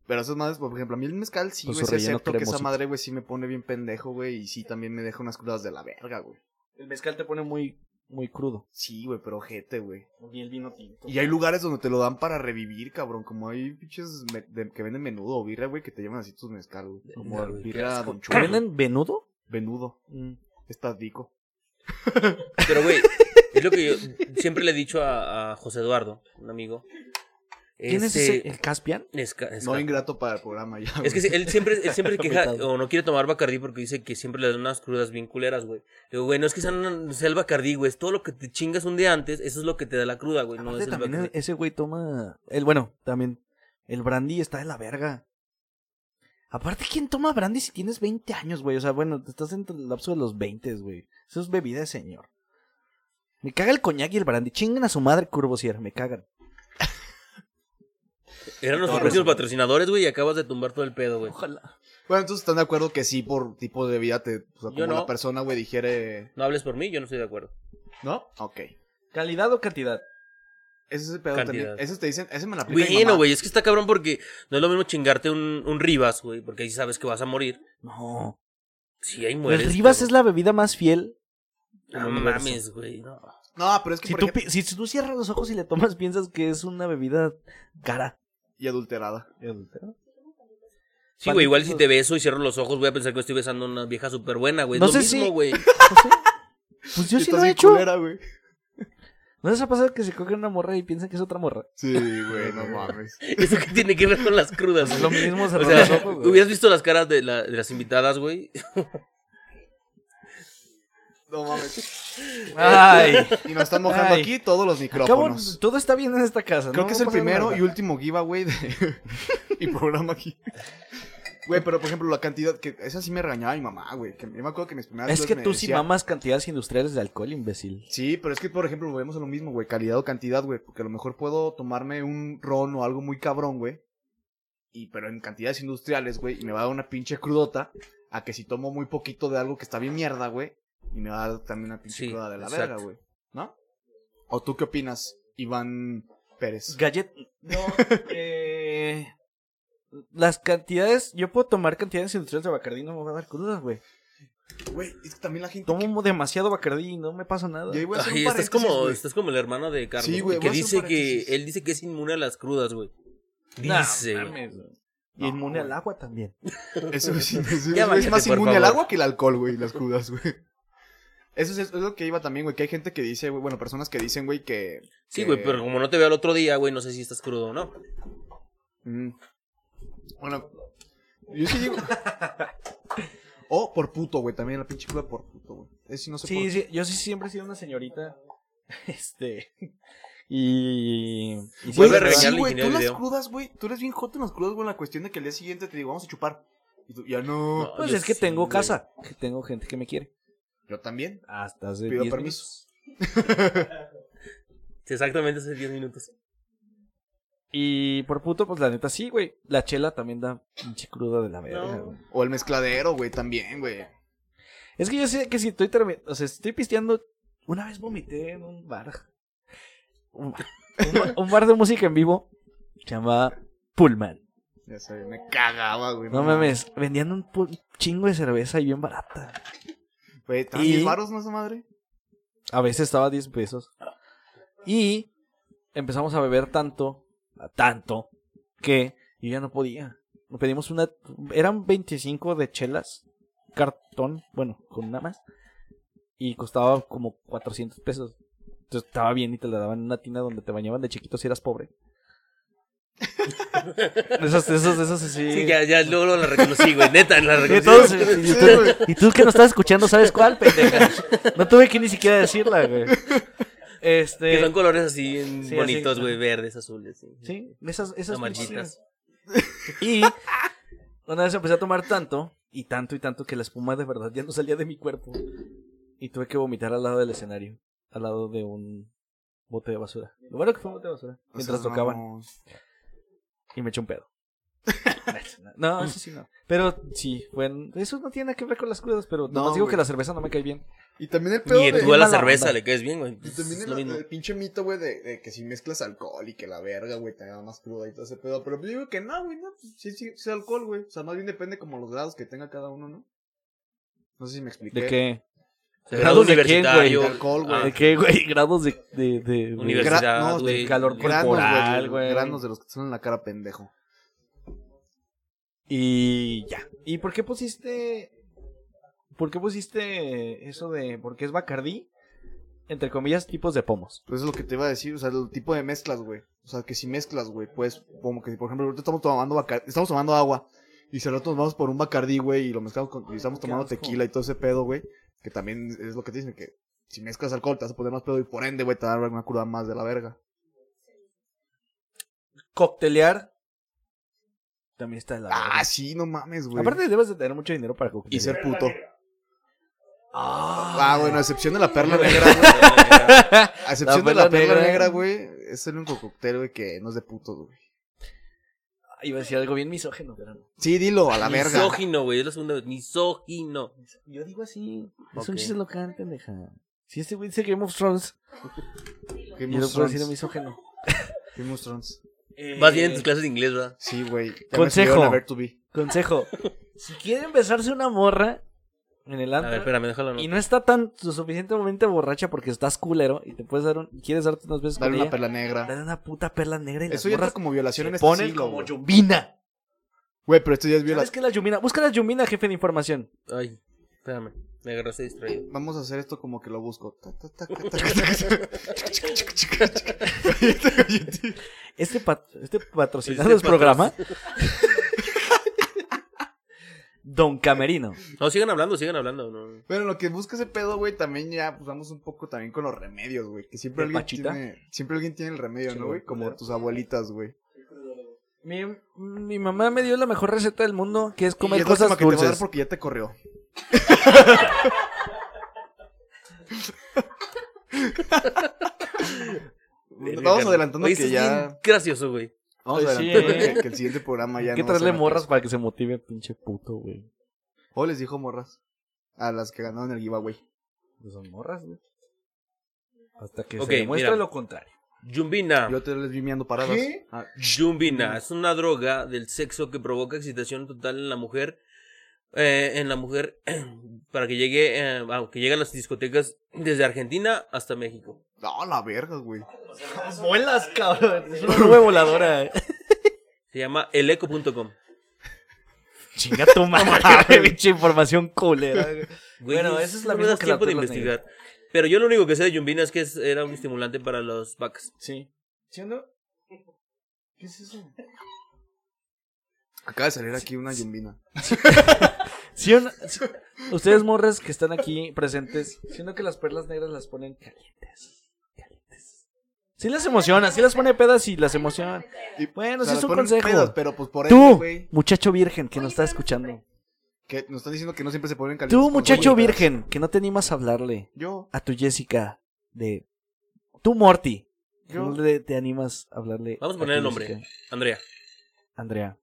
Speaker 1: Pero esas madres, por ejemplo, a mí el mezcal sí,
Speaker 2: Con
Speaker 1: güey,
Speaker 2: su
Speaker 1: sí
Speaker 2: relleno
Speaker 1: acepto que esa
Speaker 2: cremosito.
Speaker 1: madre, güey, sí me pone bien pendejo, güey, y sí también me deja unas crudas de la verga, güey.
Speaker 2: El mezcal te pone muy, muy crudo.
Speaker 1: Sí, güey, pero ojete, güey.
Speaker 2: Y el vino tinto.
Speaker 1: Y hay lugares donde te lo dan para revivir, cabrón, como hay pinches me- de- que venden menudo o birra, güey, que te llaman así tus mezcal, güey. Como
Speaker 3: No, güey, qué
Speaker 1: birra
Speaker 3: asco.
Speaker 1: don
Speaker 2: ¿Que
Speaker 1: Chulo, güey.
Speaker 2: venden venudo?
Speaker 1: Venudo,
Speaker 2: Mm.
Speaker 1: estás rico.
Speaker 3: [LAUGHS] Pero, güey, es
Speaker 1: [LAUGHS]
Speaker 3: lo que yo siempre le he dicho a, a José Eduardo, un amigo.
Speaker 2: ¿Quién
Speaker 3: Este,
Speaker 2: es ese? ¿El Caspian?
Speaker 3: es ca- es
Speaker 1: No
Speaker 3: ca-
Speaker 1: ingrato para el programa
Speaker 2: Ah,
Speaker 1: ya,
Speaker 3: Es que sí, él siempre,
Speaker 2: [LAUGHS]
Speaker 3: él siempre queja
Speaker 2: Invitado.
Speaker 3: o no quiere tomar Bacardí porque dice que siempre le dan unas crudas bien culeras, güey. Le digo, güey, no es que sea, una- sea el Bacardí, güey, es todo lo que te chingas un día antes, eso es lo que te da la cruda, güey, no
Speaker 2: Aparte,
Speaker 3: es el
Speaker 2: también
Speaker 3: Bacardí.
Speaker 2: ese güey toma... El, bueno, también el brandy está de la verga. Aparte, ¿quién toma brandy si tienes 20 años, güey? O sea, bueno, te estás en el lapso de los 20, güey. Eso es bebida de señor. Me caga el coñac y el brandy. Chingan a su madre, Curbosier. Me cagan.
Speaker 1: todo
Speaker 3: Eran nuestros próximos
Speaker 1: resumen.
Speaker 3: patrocinadores, güey, y acabas de tumbar todo el pedo, güey.
Speaker 2: Ojalá.
Speaker 1: Bueno, entonces están de acuerdo que sí, por tipo de vida, te, o sea, como
Speaker 3: Yo no.
Speaker 1: la persona, güey, digiere.
Speaker 3: No hables por mí, yo no estoy de acuerdo.
Speaker 1: ¿No? Ok. Ese
Speaker 2: ¿Calidad o cantidad?
Speaker 1: es el pedo
Speaker 3: Cantidad.
Speaker 1: también. Ese te dicen, ese me la aplica mi
Speaker 3: Bueno,
Speaker 1: mamá.
Speaker 3: güey, es que está cabrón porque no es lo mismo chingarte un, un Rivas, güey, porque ahí sabes que vas a morir.
Speaker 2: No.
Speaker 3: Sí, ahí
Speaker 2: El
Speaker 3: mueres.
Speaker 2: Pues Rivas
Speaker 3: cabrón.
Speaker 2: es Ah, la bebida más fiel.
Speaker 3: No mames, güey, no.
Speaker 1: No, pero es que
Speaker 2: Si
Speaker 1: por
Speaker 2: tú,
Speaker 1: ejemplo-
Speaker 2: pi- si tú cierras los ojos y le tomas, piensas que es una bebida cara.
Speaker 1: y adulterada.
Speaker 3: Sí, güey, igual si te beso y cierro los ojos, voy a pensar que estoy besando a una vieja súper buena, güey.
Speaker 2: No
Speaker 3: No lo
Speaker 2: sé
Speaker 3: mismo,
Speaker 2: si-
Speaker 3: güey. [LAUGHS]
Speaker 2: [LAUGHS] Pues yo sí
Speaker 1: Estás
Speaker 2: lo he
Speaker 1: bien
Speaker 2: hecho.
Speaker 1: culera, güey.
Speaker 2: ¿No les ha pasado que se cogen una morra y piensan que es otra morra?
Speaker 1: Sí, güey, no mames.
Speaker 3: ¿Eso qué tiene que ver con las
Speaker 2: [LAUGHS]
Speaker 3: crudas?
Speaker 2: Es
Speaker 3: güey?
Speaker 2: lo mismo
Speaker 3: [LAUGHS] O
Speaker 2: cerrar los
Speaker 3: sea,
Speaker 2: ojos. güey.
Speaker 3: hubieras visto las caras de, la- de las invitadas, güey.
Speaker 1: No mames.
Speaker 3: [LAUGHS]
Speaker 2: Ay.
Speaker 1: Y nos están mojando
Speaker 2: Ay.
Speaker 1: aquí todos los
Speaker 2: Acabo-
Speaker 1: micrófonos.
Speaker 2: todo está bien en esta casa.
Speaker 1: Creo
Speaker 2: no
Speaker 1: que es
Speaker 2: va
Speaker 1: el
Speaker 2: a pasar
Speaker 1: primero
Speaker 2: nada.
Speaker 1: y último giveaway de... [LAUGHS] y programa aquí. Güey, pero por ejemplo, la cantidad que... Esa sí me regañaba mi mamá, güey. Que yo me acuerdo que mis primeras
Speaker 2: Es
Speaker 1: veces
Speaker 2: que
Speaker 1: me
Speaker 2: tú sí
Speaker 1: decía-
Speaker 2: mamas cantidades industriales de alcohol, imbécil.
Speaker 1: Sí, pero es que, por ejemplo, volvemos a lo mismo, güey. Calidad o cantidad, güey. Porque a lo mejor puedo tomarme un ron o algo muy cabrón, güey. Y, pero en cantidades industriales, güey. Y me va a dar una pinche crudota. A que si tomo muy poquito de algo que está bien mierda, güey. Y me va a dar también una pinche
Speaker 3: Sí,
Speaker 1: cruda de la
Speaker 3: exacto.
Speaker 1: verga, güey. ¿No? ¿O tú qué opinas, Iván Pérez?
Speaker 2: Gallet. [LAUGHS] No, eh, Las cantidades. Yo puedo tomar cantidades industriales de Bacardí, no me va a dar crudas, güey.
Speaker 1: Güey, es que también la gente...
Speaker 2: Tomo demasiado Bacardí y no me pasa nada.
Speaker 1: Y ahí voy a hacer un
Speaker 3: Ay, estás
Speaker 1: paréntesis,
Speaker 3: como,
Speaker 1: güey.
Speaker 3: estás como el hermano de Carlos,
Speaker 1: Sí,
Speaker 3: güey,
Speaker 1: güey,
Speaker 3: que
Speaker 1: voy a hacer
Speaker 3: dice
Speaker 1: un
Speaker 3: que
Speaker 1: paréntesis.
Speaker 3: él dice que es inmune a las crudas, güey.
Speaker 2: Nah,
Speaker 3: Dice. güey.
Speaker 2: mames, güey. y inmune al agua también. [LAUGHS]
Speaker 1: Eso es, eso
Speaker 3: Ya
Speaker 1: es
Speaker 3: bañate,
Speaker 1: más
Speaker 3: por
Speaker 1: inmune al
Speaker 3: favor.
Speaker 1: agua que el alcohol, güey, las crudas, güey. Eso es, es lo que iba también, güey, que hay gente que dice, güey, bueno, personas que dicen, güey, que...
Speaker 3: sí,
Speaker 1: que-
Speaker 3: güey, pero como no te veo al otro día, güey, no sé si estás crudo o no.
Speaker 1: Mm. Bueno, yo sí [LAUGHS] digo... o por puto, güey, también la pinche cruda por puto, güey. Es si no sé
Speaker 2: Sí,
Speaker 1: por-
Speaker 2: sí, yo sí siempre he sido una señorita. [LAUGHS] Este. Y. y
Speaker 1: Güey,
Speaker 3: Vuelve
Speaker 2: siempre-
Speaker 3: a regañar
Speaker 1: sí,
Speaker 3: al
Speaker 1: güey,
Speaker 3: ingeniero
Speaker 1: tú
Speaker 3: del
Speaker 1: las
Speaker 3: video.
Speaker 1: crudas, güey, tú eres bien joto en las crudas, güey, en la cuestión de que el día siguiente te digo, vamos a chupar. Y tú, ya no.
Speaker 3: No.
Speaker 2: Pues
Speaker 3: yo
Speaker 2: es que
Speaker 3: sí,
Speaker 2: tengo
Speaker 3: güey.
Speaker 2: casa, que tengo gente que me quiere.
Speaker 1: Yo también.
Speaker 2: Hasta hace
Speaker 1: Pido
Speaker 2: 10
Speaker 1: permiso.
Speaker 2: minutos.
Speaker 3: Sí, Exactamente hace 10 minutos.
Speaker 2: Y por puto, pues la neta sí, güey. La chela también da pinche cruda de la verga,
Speaker 3: No.
Speaker 2: güey.
Speaker 1: O el mezcladero, güey, también, güey.
Speaker 2: Es que yo sé que si estoy termi- o sea, estoy pisteando, una vez vomité en un bar. Un bar, un bar- un bar de música en vivo se llamaba Pullman.
Speaker 1: Ya sé, me cagaba, güey.
Speaker 2: No mames, vendían un pu- chingo de cerveza y bien barata.
Speaker 1: Güey, ¿estaban
Speaker 2: Y-
Speaker 1: 10 varos, no esa madre?
Speaker 2: A veces estaba a 10 pesos. Y empezamos a beber tanto, a tanto, que yo ya no podía. Nos pedimos una. Eran 25 de chelas, cartón, bueno, con una más. Y costaba como 400
Speaker 3: [LAUGHS]
Speaker 2: pesos. Entonces estaba bien y te la daban en una tina donde te bañaban de chiquito si eras pobre. Esas, esas, esas así.
Speaker 3: Sí, ya, ya luego luego la reconocí, güey. Neta, la
Speaker 2: Y
Speaker 3: reconocí.
Speaker 2: todos- y tú, y tú que no estás escuchando, ¿sabes cuál,
Speaker 3: [LAUGHS]
Speaker 2: pendeja? No tuve que ni siquiera decirla, güey.
Speaker 3: Que
Speaker 2: Este.
Speaker 3: son colores así en-
Speaker 2: Sí, así,
Speaker 3: bonitos,
Speaker 2: ajá.
Speaker 3: güey, verdes, azules. Sí.
Speaker 2: Sí, esas, esas
Speaker 3: Amarillitas.
Speaker 2: pinches- Y una vez empecé a tomar tanto, y tanto, y tanto, que la espuma de verdad ya no salía de mi cuerpo. Y tuve que vomitar al lado del escenario, al lado de un bote de basura. Lo bueno que fue un bote de basura,
Speaker 1: O
Speaker 2: mientras
Speaker 1: sea,
Speaker 2: tocaban.
Speaker 1: no.
Speaker 2: Y me eché
Speaker 1: [LAUGHS]
Speaker 2: un pedo. No, eso sí no. Pero sí, bueno, eso no tiene nada que ver con las crudas, pero
Speaker 1: No,
Speaker 2: nomás digo
Speaker 1: güey.
Speaker 2: que la cerveza no me cae bien.
Speaker 1: Y también el pedo
Speaker 3: Y
Speaker 1: de-
Speaker 3: tú a la
Speaker 2: mala
Speaker 3: cerveza
Speaker 2: onda.
Speaker 3: le caes bien, güey.
Speaker 1: Y
Speaker 3: Pues,
Speaker 1: también
Speaker 3: Es lo
Speaker 1: el,
Speaker 3: mismo.
Speaker 1: el pinche mito, güey, de, de que si mezclas alcohol y que la verga, güey, te da más cruda y todo ese pedo. Pero yo digo que no, güey, no, pues, sí, sí, es alcohol, güey. O sea, más bien depende como los grados que tenga cada uno, ¿no? No sé si me expliqué.
Speaker 2: ¿De qué?
Speaker 3: El grado
Speaker 2: ¿De quién, güey?
Speaker 3: universitario.
Speaker 1: De alcohol, güey.
Speaker 3: Ah,
Speaker 2: ¿De qué, güey? Grados de. de, de- de-
Speaker 3: Universidad,
Speaker 1: Gra- no,
Speaker 3: güey.
Speaker 2: del calor
Speaker 3: Gra-
Speaker 1: Granos, güey,
Speaker 2: Corporal, güey.
Speaker 1: Granos de los que te salen en la cara, pendejo.
Speaker 2: Y ya. ¿Y por qué pusiste. ¿Por qué pusiste eso de. Porque es Bacardí? Entre comillas, tipos de pomos.
Speaker 1: Pues eso es lo que te iba a decir, o sea, el tipo de mezclas, güey. O sea, que si mezclas, güey, pues, como que si, por ejemplo, ahorita estamos tomando bacar- estamos tomando agua. Y si al rato nos vamos por un bacardí, güey, y lo mezclamos con, y estamos
Speaker 2: Qué
Speaker 1: tomando
Speaker 2: asco.
Speaker 1: tequila y todo ese pedo, güey. Que también es lo que te dicen, que si mezclas alcohol te vas a poner más pedo y por ende, güey, te va a dar una cruda más de la verga.
Speaker 2: Coctelear. También está de la.
Speaker 1: Ah,
Speaker 2: verga.
Speaker 1: sí, no mames, güey.
Speaker 2: Aparte, debes de tener mucho dinero para
Speaker 1: Y
Speaker 2: coctelear.
Speaker 1: ser puto.
Speaker 2: Ah,
Speaker 1: Ah, bueno, a excepción de la perla
Speaker 3: güey.
Speaker 2: [LAUGHS]
Speaker 1: negra, güey. A excepción de la
Speaker 2: perla
Speaker 1: perla
Speaker 2: negra.
Speaker 1: negra, güey. Es el único cóctel, güey, que no es de putos, güey.
Speaker 2: [LAUGHS] Iba a decir algo bien misógeno, pero no.
Speaker 1: Sí, dilo, a la verga.
Speaker 3: Misógino, güey. Es la segunda vez. Misógino.
Speaker 2: Yo digo así. Es
Speaker 3: Ok.
Speaker 2: un chiste local, pendeja. Si este güey dice Game of Thrones,
Speaker 1: Game
Speaker 2: yo no
Speaker 1: of
Speaker 2: puedo decir
Speaker 1: Thrones.
Speaker 2: misógeno.
Speaker 1: Game of Thrones.
Speaker 2: Eh,
Speaker 3: Vas bien en tus clases de inglés, ¿verdad?
Speaker 1: Sí, güey. Ya me
Speaker 2: Consejo.
Speaker 1: subieron a ver to be.
Speaker 2: Consejo. [LAUGHS] Si quieren besarse una morra en el
Speaker 3: A
Speaker 2: antro
Speaker 3: ver, espérame, déjalo.
Speaker 2: ¿Ah? y
Speaker 3: ¿no?
Speaker 2: no está tan lo suficientemente borracha porque estás culero y te puedes dar un, y quieres darte unas veces
Speaker 1: Dale
Speaker 2: con
Speaker 1: una
Speaker 2: ella,
Speaker 1: perla negra.
Speaker 2: dale una puta perla negra y las
Speaker 1: Eso ya entra
Speaker 2: morras
Speaker 1: como violación
Speaker 2: se
Speaker 1: en este
Speaker 2: ponen
Speaker 1: siglo,
Speaker 2: como
Speaker 1: güey.
Speaker 2: yumbina.
Speaker 1: Güey, pero esto ya es
Speaker 2: ¿Sabes
Speaker 1: violación.
Speaker 2: qué es la yumina? Busca la yumina, jefe de información.
Speaker 3: Ay, espérame. Me agarraste distraído.
Speaker 1: Vamos a hacer esto como que lo busco. [LAUGHS] Ta, ta, ta, ta, ta, ta, ta.
Speaker 2: Este, pat- este patrocinado
Speaker 3: Este
Speaker 2: del programa. Don Camerino.
Speaker 3: No, sigan hablando, sigan hablando. No.
Speaker 1: [LAUGHS] Bueno, lo que busca ese pedo, güey, también ya pues vamos un poco también con los remedios, güey. Que siempre
Speaker 2: ¿El
Speaker 1: alguien
Speaker 2: pachita?
Speaker 1: tiene. Siempre alguien tiene el remedio, ¿no, güey? Como
Speaker 2: culero.
Speaker 1: tus abuelitas, güey.
Speaker 2: Mi, mi mamá me dio la mejor receta del mundo, que es
Speaker 1: Y
Speaker 2: comer
Speaker 1: es lástima
Speaker 2: cosas
Speaker 1: que te va a dar
Speaker 2: dulces.
Speaker 1: porque ya te
Speaker 2: [LAUGHS]
Speaker 1: corrió. [LAUGHS] Vamos adelantando
Speaker 3: Oye,
Speaker 1: que
Speaker 3: estás
Speaker 1: ya.
Speaker 3: bien gracioso, güey.
Speaker 1: Vamos
Speaker 2: Oye,
Speaker 1: adelantando
Speaker 2: [LAUGHS] sí, ¿eh?
Speaker 1: Pues que, que el siguiente programa ya
Speaker 2: Hay que
Speaker 1: no va a
Speaker 2: traerle
Speaker 1: ser
Speaker 2: morras
Speaker 1: atrás.
Speaker 2: para que se motive, pinche puto, güey.
Speaker 1: O les dijo morras. A las que ganaron el giveaway.
Speaker 2: Pues son morras, güey. Hasta que
Speaker 3: Ok,
Speaker 2: se demuestre
Speaker 3: mira.
Speaker 2: lo contrario.
Speaker 3: Yumbina.
Speaker 1: Yo te les vi meando paradas.
Speaker 2: Ah. ¿Qué?
Speaker 1: Ah,
Speaker 3: Yumbina es una droga del sexo que provoca excitación total en la mujer. eh, en la mujer, [CLEARS THROAT] para que llegue, eh, ah, que llegue a las discotecas desde Argentina hasta México.
Speaker 1: no, la verga, güey.
Speaker 2: Vuelas, cabrón. Es una nube voladora.
Speaker 3: Se llama eleco.com.
Speaker 2: [LAUGHS] Chinga tu madre, pinche información culera. güey.
Speaker 3: Güey,
Speaker 2: Bueno, esa es la
Speaker 3: no me
Speaker 2: misma
Speaker 3: das
Speaker 2: que la
Speaker 3: tiempo de
Speaker 2: perla
Speaker 3: investigar. Pero yo lo único que sé de Yumbina es que es- era un estimulante para los vacas.
Speaker 2: Sí. ¿Sí o no? ¿Qué es eso?
Speaker 1: Acaba de salir aquí una yumbina.
Speaker 2: ¿Sí o no? Sí. Ustedes, morras que están aquí presentes, siendo que las perlas negras las ponen calientes. Calientes. Sí las emociona, sí las pone pedas y las emociona.
Speaker 1: Y,
Speaker 2: Bueno,
Speaker 1: o sea,
Speaker 2: sí es un
Speaker 1: ponen
Speaker 2: consejo.
Speaker 1: pedas, pero pues por ende,
Speaker 2: Tú,
Speaker 1: güey.
Speaker 2: muchacho virgen que nos está escuchando.
Speaker 1: Que nos están diciendo que no siempre se ponen calientes.
Speaker 2: Tú,
Speaker 1: con
Speaker 2: muchacho
Speaker 1: güey.
Speaker 2: virgen, que no te animas a hablarle
Speaker 1: Yo,
Speaker 2: a tu Jessica de... Tú, Morty, que
Speaker 1: yo.
Speaker 2: no le- te animas a hablarle...
Speaker 3: Vamos a poner
Speaker 2: tu
Speaker 3: el nombre.
Speaker 2: Jessica.
Speaker 3: Andrea.
Speaker 2: Andrea.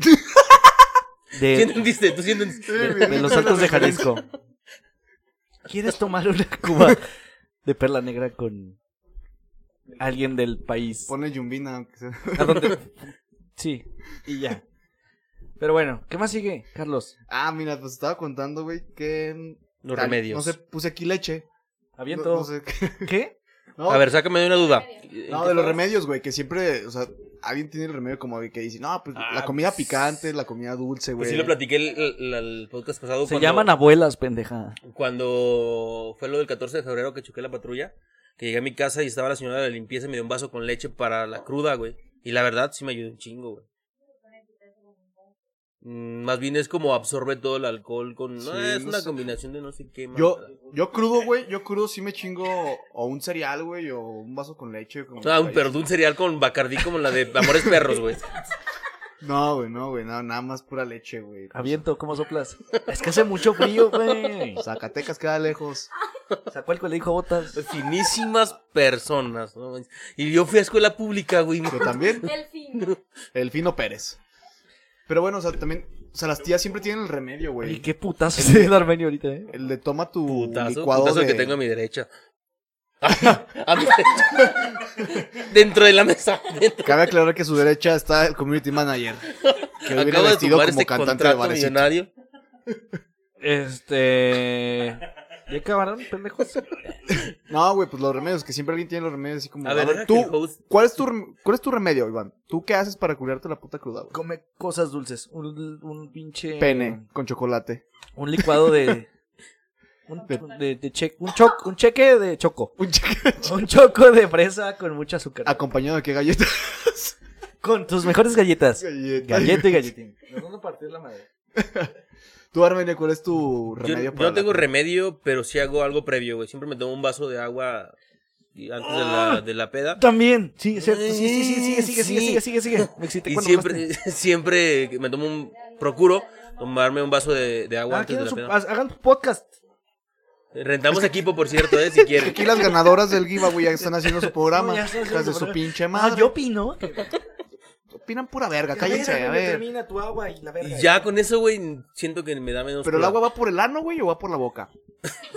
Speaker 3: ¿Sí
Speaker 1: Eh,
Speaker 2: De,
Speaker 3: entendiste? ¿Tú sí entendiste?
Speaker 1: Sí,
Speaker 2: de-
Speaker 1: bien,
Speaker 2: de los
Speaker 1: bien,
Speaker 2: Altos de
Speaker 1: bien, bien.
Speaker 2: Jalisco. ¿Quieres tomar una cuba de perla negra con alguien del país?
Speaker 1: Ponle yumbina, aunque sea.
Speaker 2: ¿A dónde? Sí, y ya. Pero bueno, ¿qué más sigue, Carlos?
Speaker 1: Ah, mira, pues estaba contando, güey, que.
Speaker 3: Los
Speaker 1: tal-
Speaker 3: remedios.
Speaker 1: No sé, puse aquí leche. No,
Speaker 2: Aviento.
Speaker 1: no sé qué. [LAUGHS]
Speaker 2: ¿Qué?
Speaker 1: No,
Speaker 3: A ver, sácame de una duda.
Speaker 1: No, de los remedios, güey, que siempre, o sea, alguien tiene el remedio como de que dice, no, pues
Speaker 3: Ah,
Speaker 1: la comida
Speaker 3: pues-
Speaker 1: picante, la comida dulce, güey.
Speaker 3: Pues sí lo platiqué el, el- el podcast pasado.
Speaker 2: Se
Speaker 3: cuando-
Speaker 2: llaman abuelas, pendeja.
Speaker 3: cuando fue lo del 14 de febrero que choqué la patrulla, que llegué a mi casa y estaba la señora de la limpieza y me dio un vaso con leche para la cruda, güey. Y la verdad, sí me ayudó un chingo, güey. Mm, Más bien es como absorbe todo el alcohol con... No,
Speaker 1: Sí,
Speaker 3: es
Speaker 1: no
Speaker 3: una
Speaker 1: sé.
Speaker 3: combinación de no sé qué.
Speaker 1: Yo,
Speaker 3: mamada.
Speaker 1: yo crudo, güey, yo crudo sí me chingo o un cereal, güey, o un vaso con leche. con
Speaker 3: Ah, un
Speaker 1: galletas.
Speaker 3: perdón cereal con Bacardí como la de Amores
Speaker 1: [LAUGHS]
Speaker 3: Perros, güey.
Speaker 1: No, güey, no, güey, no, nada más pura leche, güey.
Speaker 2: Aviento, ¿cómo soplas? Es que hace mucho frío, güey.
Speaker 1: Zacatecas queda lejos.
Speaker 2: Sacó el que le dijo botas.
Speaker 3: Finísimas personas, ¿no? Y yo fui a escuela pública, güey.
Speaker 1: Yo también,
Speaker 5: [LAUGHS] El fin.
Speaker 1: el fino Pérez. Pero bueno, o sea, también, o sea, las tías siempre tienen el remedio,
Speaker 2: Y
Speaker 1: güey.
Speaker 2: qué putazo se el armenio ahorita, eh.
Speaker 1: El de toma tu
Speaker 3: Putazo,
Speaker 1: licuado
Speaker 3: putazo
Speaker 1: de...
Speaker 3: que tengo a mi derecha. [LAUGHS] a mi derecha. Dentro de la mesa.
Speaker 1: Cabe aclarar que a su derecha está el community manager. Que hoy viene
Speaker 3: Acabo de
Speaker 1: vestido
Speaker 3: tumbar
Speaker 1: como
Speaker 3: este
Speaker 1: cantante de
Speaker 3: contrato
Speaker 1: barecito.
Speaker 3: millonario.
Speaker 2: Este. ¿Ya acabaron, pendejos?
Speaker 1: No, güey, pues los remedios, que siempre alguien tiene los remedios así como.
Speaker 3: A ver, deja que el
Speaker 1: tú,
Speaker 3: host-
Speaker 1: ¿cuál es, tu, rem- ¿cuál es tu remedio, Iván? ¿Tú qué haces para curarte la puta cruda, güey?
Speaker 2: Come cosas dulces. Un, un pinche.
Speaker 1: Pene con chocolate.
Speaker 2: Un licuado de. Un, de, de che- un, cho- un cheque de choco.
Speaker 1: [LAUGHS] Un Ah, chica-
Speaker 2: Un choco de fresa con mucho azúcar.
Speaker 1: Acompañado de qué galleta. [LAUGHS]
Speaker 2: Con tus mejores galletas.
Speaker 1: galleta.
Speaker 2: Galleta y galletín. Nos vamos a partir la madre.
Speaker 1: Tú, Armenia, ¿cuál es tu
Speaker 3: Yo,
Speaker 1: remedio
Speaker 3: yo
Speaker 1: para
Speaker 3: no tengo
Speaker 1: la-
Speaker 3: remedio, pero sí hago algo previo, güey. Siempre me tomo un vaso de agua y- antes de
Speaker 1: Ah.
Speaker 3: la, de la peda.
Speaker 2: También. Sí, es cierto. Sí, sí, sí, sigue,
Speaker 3: Eh,
Speaker 2: sigue, sigue,
Speaker 3: sí.
Speaker 2: sigue, sigue, sigue. Me excité
Speaker 3: Y
Speaker 2: cuando
Speaker 3: siempre,
Speaker 2: hablaste.
Speaker 3: [LAUGHS] siempre que me tomo un. Procuro tomarme un vaso de, de agua
Speaker 2: Ah,
Speaker 3: antes de
Speaker 2: quieren
Speaker 3: la
Speaker 2: su-
Speaker 3: peda.
Speaker 2: haz- hagan su podcast.
Speaker 3: Rentamos equipo, por cierto, eh, si
Speaker 1: [LAUGHS]
Speaker 3: quieren.
Speaker 1: Aquí las ganadoras del giveaway ya están haciendo
Speaker 3: [LAUGHS]
Speaker 1: su programa.
Speaker 2: No, ya están haciendo
Speaker 1: Hijas de
Speaker 2: su
Speaker 1: su
Speaker 2: programa.
Speaker 1: pinche
Speaker 2: Ah,
Speaker 1: madre.
Speaker 2: yo opino.
Speaker 1: Opinan pura verga, cállense, a ver.
Speaker 2: Termina tu agua y la verga.
Speaker 3: Y ya con eso, güey, siento que me da menos.
Speaker 1: Pero el
Speaker 3: cruda.
Speaker 1: agua va por el ano, güey, o va por la boca.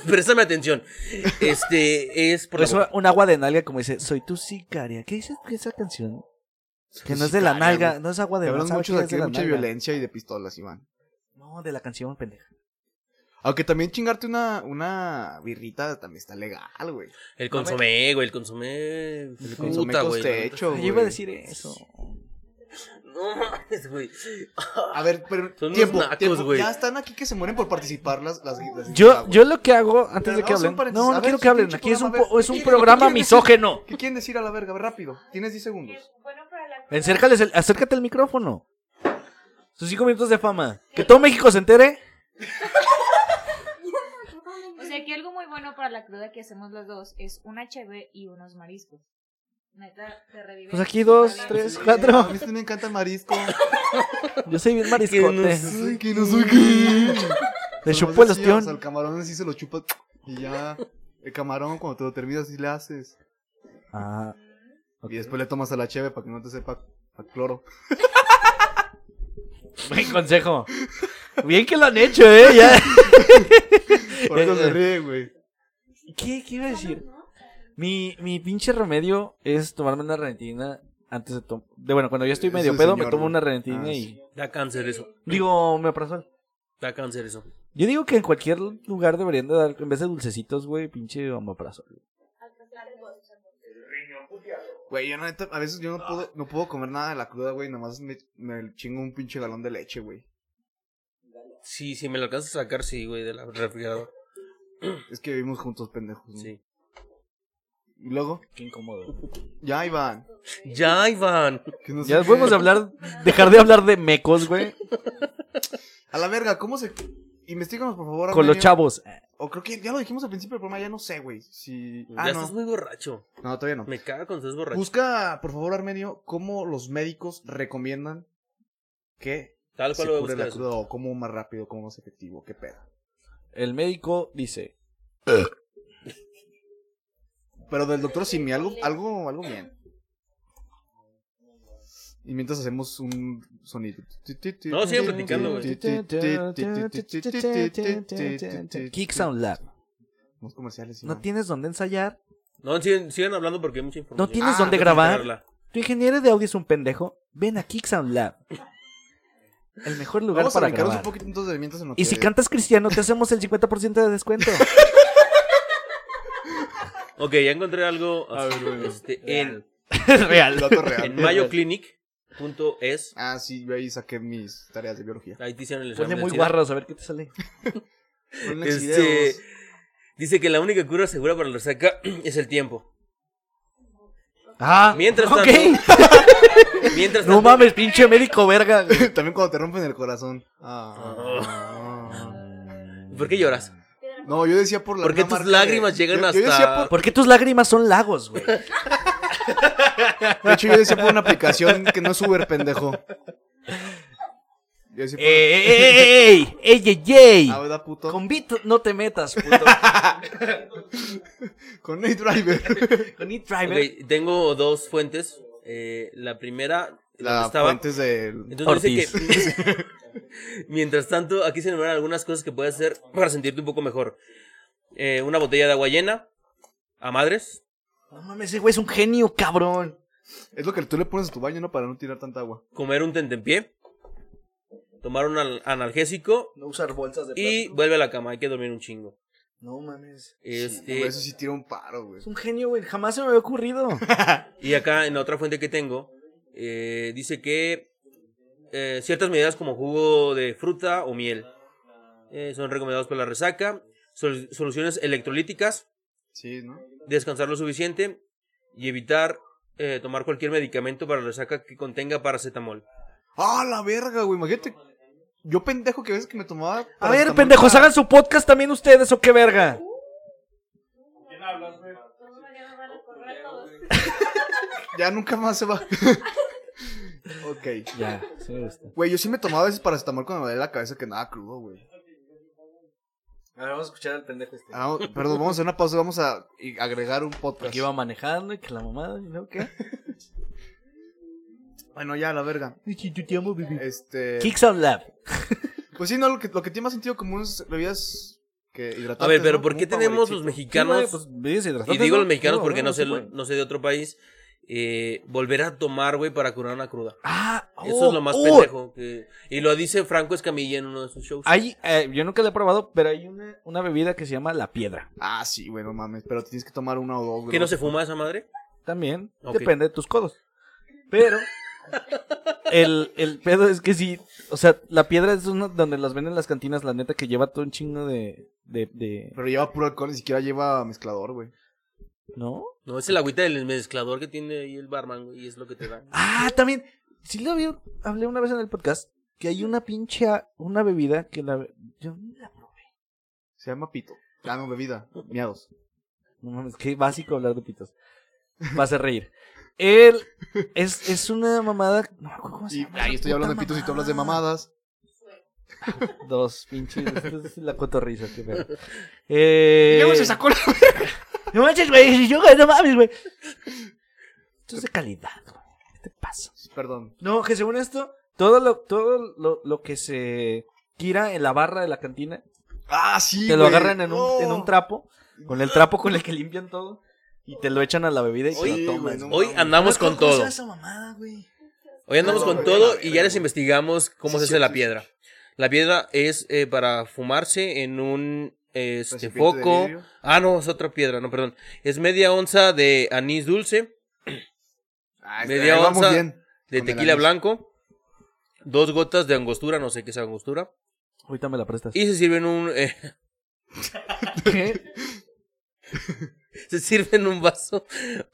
Speaker 3: Préstame atención. Este es por la
Speaker 2: Por eso
Speaker 3: boca.
Speaker 2: un agua de nalga como dice, soy tu sicaria. ¿Qué dices que esa canción? Que no es de la
Speaker 1: Sicaria,
Speaker 2: nalga,
Speaker 1: Pues, güey.
Speaker 2: no es agua de
Speaker 1: Hablamos
Speaker 2: nalga.
Speaker 1: mucho de aquí, de mucha violencia y de pistolas, Iván.
Speaker 2: No, de la canción, pendeja.
Speaker 1: Aunque también chingarte una, una birrita también está legal, güey.
Speaker 3: El consomé, güey, el consomé. El
Speaker 1: Consomé
Speaker 3: consuta, güey.
Speaker 1: costecho,
Speaker 2: Ah, Yo
Speaker 1: güey.
Speaker 2: iba a decir eso.
Speaker 3: No mames, güey.
Speaker 1: A ver, pero
Speaker 3: Son unos
Speaker 1: tiempo,
Speaker 3: nacos,
Speaker 1: tiempo.
Speaker 3: güey.
Speaker 1: Ya están aquí que se mueren por participar las, las, las-
Speaker 2: Yo,
Speaker 1: las-
Speaker 2: yo lo que hago antes
Speaker 1: Pero
Speaker 2: de que
Speaker 1: vamos a un
Speaker 2: hablen.
Speaker 1: paréntesis.
Speaker 2: No,
Speaker 1: A
Speaker 2: no
Speaker 1: ver,
Speaker 2: quiero
Speaker 1: su
Speaker 2: que hablen.
Speaker 1: pinche
Speaker 2: Aquí es un,
Speaker 1: programa,
Speaker 2: po-
Speaker 1: a ver,
Speaker 2: es un
Speaker 1: ¿qué
Speaker 2: programa
Speaker 1: quieren decir?
Speaker 2: misógeno.
Speaker 1: ¿Qué quieren decir a la verga? A ver, rápido. Tienes 10 segundos.
Speaker 5: Bueno, para la
Speaker 2: Encércales el- acércate al micrófono. Sus cinco minutos de fama. Que todo México se entere.
Speaker 5: O sea, que algo muy bueno para la cruda que hacemos los dos es una cheve y unos mariscos. Neta, te revive.
Speaker 2: Pues aquí dos,
Speaker 5: Ojalá.
Speaker 2: tres,
Speaker 1: Eh,
Speaker 2: cuatro.
Speaker 1: A mí sí me encanta el
Speaker 2: [LAUGHS]
Speaker 1: marisco.
Speaker 2: Yo soy bien
Speaker 3: Que
Speaker 2: mariscote.
Speaker 3: nos-
Speaker 1: Ay, que no soy qué.
Speaker 2: Le
Speaker 1: Nomás
Speaker 2: chupó el
Speaker 1: así, o sea,
Speaker 2: ostión.
Speaker 1: el camarón sí se lo chupa y ya. El camarón, cuando te lo terminas, sí le haces.
Speaker 2: Ah,
Speaker 1: Y después le tomas a la cheve para que no te sepa a
Speaker 2: [LAUGHS]
Speaker 1: cloro.
Speaker 2: Buen consejo. Bien que lo han hecho, ¿eh? Ya.
Speaker 1: Por eso
Speaker 2: Eh,
Speaker 1: se ríe, güey.
Speaker 2: ¿Qué, qué iba a decir? Mi, mi pinche remedio es tomarme una renetina antes de tomar... De, bueno, cuando ya estoy
Speaker 1: Eso
Speaker 2: medio
Speaker 1: es
Speaker 2: pedo,
Speaker 1: señor,
Speaker 2: me tomo
Speaker 1: güey.
Speaker 2: una renetina
Speaker 1: Ah,
Speaker 2: y...
Speaker 1: sí.
Speaker 3: Da cáncer eso.
Speaker 2: Digo, me apresó.
Speaker 3: Da cáncer eso.
Speaker 2: Yo digo que en cualquier lugar deberían de dar, en vez de dulcecitos, güey, pinche omeprazol.
Speaker 1: Güey, yo no, a veces yo no
Speaker 3: Ah.
Speaker 1: puedo, no puedo comer nada de la cruda, güey. Nada más me, me chingo un pinche galón de leche, güey.
Speaker 3: Sí, si me lo alcanzas a sacar, sí, güey, de la refrigeradora.
Speaker 1: Es que vivimos juntos, pendejos. ¿no?
Speaker 3: Sí.
Speaker 1: Y luego,
Speaker 2: Qué incómodo.
Speaker 1: ya, Iván.
Speaker 3: Ya, Iván.
Speaker 1: que no sé
Speaker 2: Ya
Speaker 1: qué.
Speaker 2: podemos hablar, dejar de hablar de mecos, güey,
Speaker 1: A la verga, ¿cómo se...? Investíganos, por favor.
Speaker 2: con los
Speaker 1: Armenio.
Speaker 2: chavos.
Speaker 1: O creo que ya lo dijimos al principio del programa, ya no sé, güey. Si...
Speaker 3: Ya
Speaker 1: Ah,
Speaker 3: estás
Speaker 1: no.
Speaker 3: muy borracho.
Speaker 1: No, todavía no.
Speaker 3: Me caga cuando estás borracho.
Speaker 1: Busca, por favor, Armenio, cómo los médicos recomiendan que
Speaker 3: Tal
Speaker 1: se
Speaker 3: cual lo voy a
Speaker 1: cure
Speaker 3: buscar
Speaker 1: la
Speaker 3: eso.
Speaker 1: cruda o cómo más rápido, cómo más efectivo, qué pedo.
Speaker 2: El médico dice,
Speaker 1: Pero del doctor Simi, algo, algo, algo bien. Y mientras hacemos un sonido.
Speaker 3: No, sigue platicando, güey.
Speaker 2: Kick Sound Lab,
Speaker 1: Unos comerciales.
Speaker 2: ¿no
Speaker 1: Iván.
Speaker 2: tienes dónde ensayar?
Speaker 3: No, siguen, sigan hablando porque hay mucha información.
Speaker 2: ¿No tienes
Speaker 1: Ah,
Speaker 2: dónde
Speaker 1: no
Speaker 2: grabar?
Speaker 3: Carla.
Speaker 2: ¿Tu ingeniero de audio es un pendejo? Ven a Kick Sound Lab. El mejor lugar
Speaker 1: Vamos a
Speaker 2: para
Speaker 1: brincarnos un
Speaker 2: grabar.
Speaker 1: poquito entonces mientras se nos
Speaker 2: Y si
Speaker 1: quede.
Speaker 2: cantas cristiano, te hacemos el 50%
Speaker 1: [LAUGHS]
Speaker 2: de descuento.
Speaker 3: Ok, ya encontré algo.
Speaker 1: A ver, güey.
Speaker 3: este, en,
Speaker 1: Real.
Speaker 2: Real.
Speaker 1: Dato
Speaker 2: [LAUGHS]
Speaker 1: real.
Speaker 3: en mayoclinic.es.
Speaker 1: Ah, sí, yo ahí saqué mis tareas de biología.
Speaker 3: Ahí te hicieron el examen.
Speaker 2: Ponle
Speaker 3: del
Speaker 2: muy
Speaker 3: SIDA.
Speaker 2: guarros, a ver qué te sale.
Speaker 1: Ponle
Speaker 3: Este,
Speaker 1: videos.
Speaker 3: dice que la única cura [CLEARS THROAT] segura para la resaca es el tiempo.
Speaker 2: Ah,
Speaker 3: Mientras
Speaker 2: ok.
Speaker 3: tanto, Mientras
Speaker 2: No
Speaker 3: tanto-
Speaker 2: mames, pinche médico verga.
Speaker 3: [LAUGHS]
Speaker 1: [LAUGHS] También cuando te rompen el corazón. Ah.
Speaker 3: ¿Por qué lloras?
Speaker 1: No, yo decía por la
Speaker 3: ¿Por qué
Speaker 1: una
Speaker 3: tus
Speaker 1: marca de-
Speaker 3: lágrimas llegan
Speaker 1: yo- yo
Speaker 3: hasta-
Speaker 1: decía por-
Speaker 2: ¿Por qué tus lágrimas son lagos, güey?
Speaker 1: de hecho, yo decía por una aplicación que no es Uber, pendejo.
Speaker 3: Eh,
Speaker 1: Yo decía por...
Speaker 2: ¡Ey, ey, ey, ey, ey, ey!
Speaker 1: Ah, ¿verdad, puto?
Speaker 2: Con Bit no te metas,
Speaker 3: [LAUGHS]
Speaker 2: puto.
Speaker 1: Con Nate Driver.
Speaker 2: Con E-Driver.
Speaker 3: Ok, tengo dos fuentes. Eh, la primera donde
Speaker 1: La
Speaker 3: estaba.
Speaker 1: fuentes del...
Speaker 3: Entonces dice que. [LAUGHS] Mientras tanto, aquí se enumeran algunas cosas que puedes hacer para sentirte un poco mejor. Eh, una botella de agua llena. A madres.
Speaker 2: No mames, ese güey es un genio, cabrón.
Speaker 1: Es lo que tú le pones a tu baño, ¿no? Para no tirar tanta agua.
Speaker 3: Comer un tentempié. Tomar un al- analgésico.
Speaker 2: No usar bolsas de
Speaker 3: Y vuelve a la cama. Hay que dormir un chingo.
Speaker 2: No mames.
Speaker 1: Güey,
Speaker 3: Este,
Speaker 1: Eso sí tira un paro, güey.
Speaker 2: Es un genio, güey. Jamás se me había ocurrido.
Speaker 3: Y acá en la otra fuente que tengo, eh, dice que eh, ciertas medidas como jugo de fruta o miel eh, son recomendados para la resaca, sol- soluciones electrolíticas,
Speaker 1: Sí, ¿no?
Speaker 3: descansar lo suficiente y evitar eh, tomar cualquier medicamento para la resaca que contenga paracetamol.
Speaker 1: ¡Ah, la verga, güey! Imagínate. Yo pendejo que a veces que me tomaba...
Speaker 2: A ver,
Speaker 1: paracetamol
Speaker 2: pendejos,
Speaker 1: para-
Speaker 2: hagan su podcast también ustedes o qué verga.
Speaker 1: Ya nunca más se va. [LAUGHS] ok.
Speaker 4: Ya, sí me gusta.
Speaker 1: Güey, yo sí me tomaba a veces paracetamol cuando me dolía la cabeza que nada crudo, güey.
Speaker 2: A ver, vamos a escuchar al pendejo este.
Speaker 1: Ah, perdón, vamos a hacer una pausa, vamos a y- agregar un podcast.
Speaker 2: Porque pues, iba manejando y que la mamada, y no qué.
Speaker 1: Bueno, ya, la verga. Este.
Speaker 2: [LAUGHS] Kicks on Lab.
Speaker 1: Pues sí, no, lo que, lo que tiene más sentido común es bebidas que hidratantes.
Speaker 3: A ver, pero
Speaker 1: ¿no?
Speaker 3: ¿por
Speaker 1: Como
Speaker 3: qué
Speaker 1: un
Speaker 3: tenemos los
Speaker 1: favorito.
Speaker 3: mexicanos?
Speaker 2: pues,
Speaker 3: y digo los mexicanos porque no sé,
Speaker 2: lo
Speaker 3: no sé de otro país. eh, volver a tomar, güey, para curar una cruda.
Speaker 2: Ah,
Speaker 3: Eso
Speaker 1: Oh,
Speaker 3: es lo más pendejo. que- Y lo dice Franco Escamilla en uno de sus shows.
Speaker 2: Hay, eh, yo nunca lo he probado, pero hay una, una bebida que se llama la piedra.
Speaker 1: Ah, sí, güey, no mames. Pero tienes que tomar una o dos, güey.
Speaker 3: ¿Que no se fuma esa madre?
Speaker 2: También
Speaker 3: Ok.
Speaker 2: depende de tus codos. Pero el, el pedo es que sí, o sea, la piedra es una donde las venden en las cantinas, la neta que lleva todo un chingo de, de, de-
Speaker 1: Pero lleva puro alcohol, ni siquiera lleva mezclador, güey.
Speaker 2: ¿no?
Speaker 3: No, es el agüita del mezclador que tiene ahí el barman, güey, y es lo que te da.
Speaker 2: Ah, también. Sí lo vi, hablé una vez en el podcast que hay una pinche una bebida que la yo ni la-
Speaker 1: Se llama pito. Ah, no, bebida. Miados.
Speaker 2: no mames, qué básico hablar de pitos. Vas a reír. Él es, es una mamada, no me acuerdo cómo se
Speaker 1: Y
Speaker 2: llama
Speaker 1: ahí
Speaker 2: esa
Speaker 1: estoy hablando de
Speaker 2: puta
Speaker 1: pitos y tú hablas de
Speaker 2: mamada.
Speaker 1: mamadas.
Speaker 2: Dos, pinches. Esto es la cotorriza, qué pedo. Eh,
Speaker 1: la
Speaker 2: No manches, güey. Yo, güey, no mames, güey. Esto es de calidad, güey. ¿Qué te pasa?
Speaker 1: Perdón.
Speaker 2: No, que según esto, todo lo, todo lo, lo que se tira en la barra de la cantina,
Speaker 1: Ah, sí,
Speaker 2: te lo
Speaker 1: güey. Oh.
Speaker 2: agarran en un,
Speaker 1: No.
Speaker 2: en un trapo, con el trapo con el que limpian todo, y te lo echan a la bebida y
Speaker 1: Oye,
Speaker 2: te lo tomas.
Speaker 1: güey, no
Speaker 2: güey.
Speaker 3: Hoy andamos con todo.
Speaker 2: esa mamada, güey?
Speaker 3: Hoy andamos
Speaker 1: No,
Speaker 3: con
Speaker 1: güey,
Speaker 3: todo
Speaker 1: la
Speaker 3: y ya les
Speaker 1: verga.
Speaker 3: investigamos cómo
Speaker 1: Sí,
Speaker 3: se
Speaker 1: sí,
Speaker 3: hace la
Speaker 1: sí,
Speaker 3: piedra. La piedra es eh, para fumarse en un eh, este,
Speaker 1: Recipiente de
Speaker 3: foco.
Speaker 1: vidrio.
Speaker 3: Ah, no, es otra piedra, no, perdón. Es media onza de anís dulce,
Speaker 1: Ah,
Speaker 3: Media
Speaker 1: ahí vamos
Speaker 3: onza
Speaker 1: bien.
Speaker 3: de
Speaker 1: Con el
Speaker 3: tequila
Speaker 1: anís.
Speaker 3: blanco, dos gotas de angostura, no sé qué es angostura,
Speaker 2: Ahorita me la prestas.
Speaker 3: y se sirve en un... eh,
Speaker 2: [LAUGHS] ¿Qué?
Speaker 3: [LAUGHS] se sirve en un vaso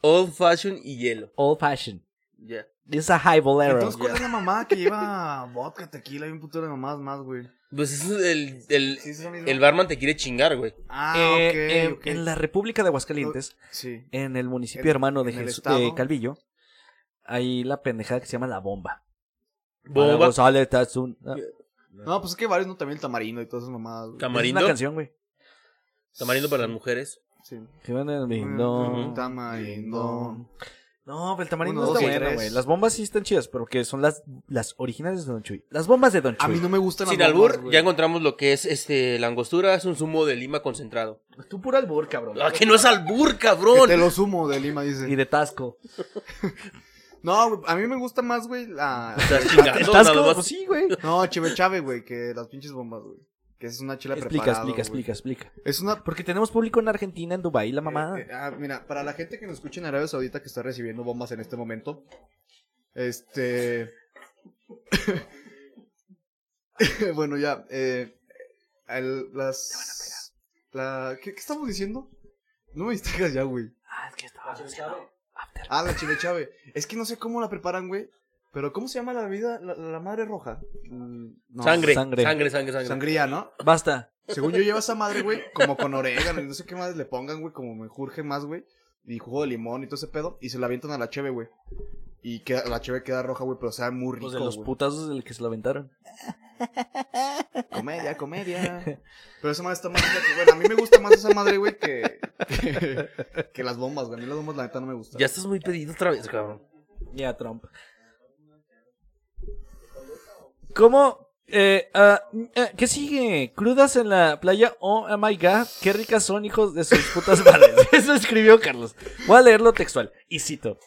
Speaker 3: old fashion y hielo.
Speaker 2: Old fashioned.
Speaker 3: Ya.
Speaker 2: It's a high bolero.
Speaker 1: Entonces, ¿cuál es la mamada que lleva [LAUGHS] vodka, tequila y un putero de mamadas más, güey?
Speaker 3: Pues es el, el,
Speaker 1: Sí, es lo mismo.
Speaker 3: el barman te quiere chingar, güey.
Speaker 1: Ah,
Speaker 2: Eh,
Speaker 1: ok,
Speaker 2: en-
Speaker 1: ok.
Speaker 2: En la República de Aguascalientes,
Speaker 1: Sí.
Speaker 2: en el municipio
Speaker 1: En-
Speaker 2: hermano de,
Speaker 1: en el
Speaker 2: Jesús-
Speaker 1: estado.
Speaker 2: de Calvillo, hay la pendejada que se llama la bomba. Para
Speaker 3: Bomba,
Speaker 2: González, estás un- ah,
Speaker 1: No, pues es que varios, ¿no? También el tamarindo y todas esas mamadas. güey.
Speaker 2: Es una
Speaker 3: tamarindo,
Speaker 2: canción, güey.
Speaker 3: tamarindo para las mujeres.
Speaker 1: Sí.
Speaker 2: Que van en el
Speaker 1: Mm,
Speaker 2: lindo,
Speaker 1: Tamarindo.
Speaker 2: lindo. No, pero el tamarindo
Speaker 1: Uno,
Speaker 2: está
Speaker 1: dos,
Speaker 2: bueno,
Speaker 1: tres.
Speaker 2: güey. Las bombas sí están chidas, pero que son las, las originales de Don Chuy. Las bombas de Don
Speaker 1: A mí
Speaker 2: Chuy.
Speaker 1: no me gustan las
Speaker 3: Sin
Speaker 1: bombas,
Speaker 3: albur,
Speaker 1: güey.
Speaker 3: ya encontramos lo que es este la angostura, es un zumo de lima concentrado.
Speaker 2: Tú puro albur, cabrón.
Speaker 3: ¡Ah, que no es albur,
Speaker 1: Que
Speaker 3: cabrón!
Speaker 1: te lo sumo de Lima,
Speaker 2: Y
Speaker 1: dice.
Speaker 2: de Tasco.
Speaker 1: No, güey, a mí me gusta más, güey, la...
Speaker 2: [LAUGHS]
Speaker 3: [LAUGHS] Estás chingando, nada
Speaker 2: ¿Tasco?
Speaker 3: más.
Speaker 2: Pues sí, güey.
Speaker 1: No, Cheve Chave, güey, que las pinches bombas, güey. Que es una chela
Speaker 2: Explica,
Speaker 1: preparada,
Speaker 2: explica,
Speaker 1: güey.
Speaker 2: explica, explica.
Speaker 1: Es una...
Speaker 2: Porque tenemos público en Argentina, en Dubái, la mamada.
Speaker 1: Eh, eh, ah, mira, para la gente que nos escucha en Arabia Saudita que está recibiendo bombas en este momento, este... [LAUGHS] bueno, ya, eh, al- las... La, ¿qué, qué estamos diciendo? No me distraigas ya, güey.
Speaker 2: Ah, es que estaba
Speaker 1: Ah, la chile chave. Es que no sé cómo la preparan, güey. Pero ¿cómo se llama la bebida? La, la madre roja. Mm, no.
Speaker 3: sangre,
Speaker 2: sangre.
Speaker 3: sangre, sangre, sangre,
Speaker 1: Sangría, ¿no?
Speaker 2: Basta.
Speaker 1: Según yo lleva esa madre, güey, como con orégano y no sé qué más le pongan, güey, como me jurge más, güey. Y jugo de limón y todo ese pedo. Y se la avientan a la cheve, güey. Y queda, la cheve queda roja, güey, pero sabe muy rico,
Speaker 2: Pues de los
Speaker 1: güey.
Speaker 2: putazos del que se lo aventaron. [LAUGHS]
Speaker 1: Comedia, comedia. Pero esa madre está más rica que- Bueno, a mí me gusta más esa madre, güey, que, [LAUGHS] que, que las bombas, güey. A mí las bombas, la neta, no me gustan.
Speaker 3: Ya estás muy pedido otra vez, cabrón.
Speaker 2: Ya, Trump. ¿Cómo? Eh, ah, eh, ¿Qué sigue? ¿Crudas en la playa? Oh, oh my god, qué ricas son hijos de sus putas madres. [LAUGHS] Eso escribió Carlos. Voy a leerlo textual y cito.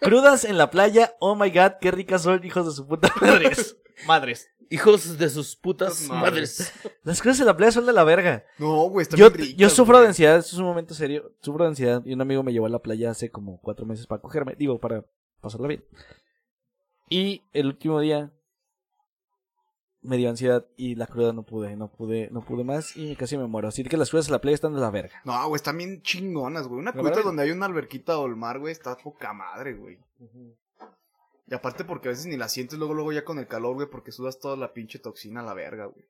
Speaker 2: Crudas en la playa, oh my god, qué ricas son hijos de sus putas madres. Madres.
Speaker 3: Hijos de sus putas
Speaker 1: Putas madres.
Speaker 3: madres.
Speaker 2: Las crudas en la playa son de la verga.
Speaker 1: No, güey, está
Speaker 2: Yo,
Speaker 1: bien ricas,
Speaker 2: yo sufro de
Speaker 1: güey.
Speaker 2: ansiedad, esto es un momento serio. Sufro de ansiedad y un amigo me llevó a la playa hace como cuatro meses para cogerme, digo, para pasarla bien. Y el último día me dio ansiedad y la cruda no pude, no pude, no pude más y casi me muero. Así que las crudas en la playa están de la verga.
Speaker 1: No, güey, están bien chingonas, güey. Una
Speaker 2: La
Speaker 1: cuita
Speaker 2: verdad.
Speaker 1: donde hay una alberquita o el mar, güey, está poca madre, güey. Y aparte porque a veces ni la sientes luego, luego ya con el calor, güey, porque sudas toda la pinche toxina a la verga, güey.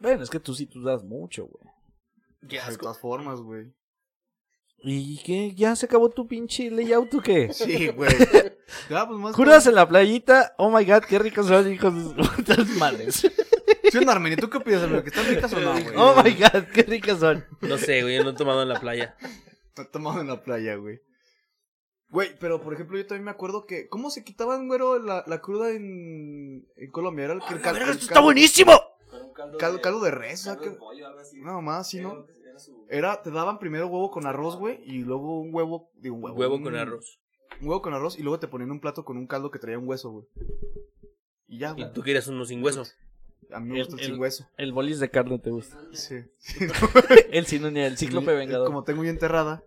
Speaker 2: Bueno, es que tú sí tú das mucho, güey.
Speaker 3: Qué
Speaker 1: De
Speaker 3: asco.
Speaker 1: todas formas,
Speaker 2: [LAUGHS]
Speaker 1: güey.
Speaker 2: ¿Y qué? ¿Ya se acabó tu pinche layout o qué?
Speaker 1: Sí, güey. Ya, pues más.
Speaker 2: Crudas en la playita, oh my god, qué ricos son hijos de sus putas madres.
Speaker 1: [LAUGHS] Sí, no, Armenia, ¿tú qué opinas, Armenia? ¿Que están ricas o no, güey?
Speaker 2: Oh my god, qué ricas son.
Speaker 3: No sé, güey, yo no he tomado en la playa.
Speaker 1: Está tomado en la playa, güey. Güey, pero por ejemplo, yo también me acuerdo que. ¿Cómo se quitaban, güero, la, la cruda en, en Colombia? Era el, que el cal- el
Speaker 2: Ah, ¡Esto está
Speaker 1: caldo-
Speaker 2: buenísimo!
Speaker 1: Caldo, caldo de res, o sea, que- No, más, sí, ¿no? Era, te daban primero huevo con arroz, güey, y luego un huevo, digo, un huevo.
Speaker 3: Huevo
Speaker 1: un-
Speaker 3: con arroz.
Speaker 1: Un huevo con arroz y luego te ponían un plato con un caldo que traía un hueso, güey. Y ya, güey.
Speaker 3: Y tú quieres uno sin hueso.
Speaker 1: A mí me
Speaker 2: El-
Speaker 1: gusta el
Speaker 2: el-
Speaker 1: sin hueso.
Speaker 2: El bolis de carne te gusta.
Speaker 1: Sí.
Speaker 2: El sinonía, el
Speaker 1: [LAUGHS]
Speaker 2: cíclope
Speaker 1: Eh,
Speaker 2: vengador.
Speaker 1: Como tengo ya enterrada.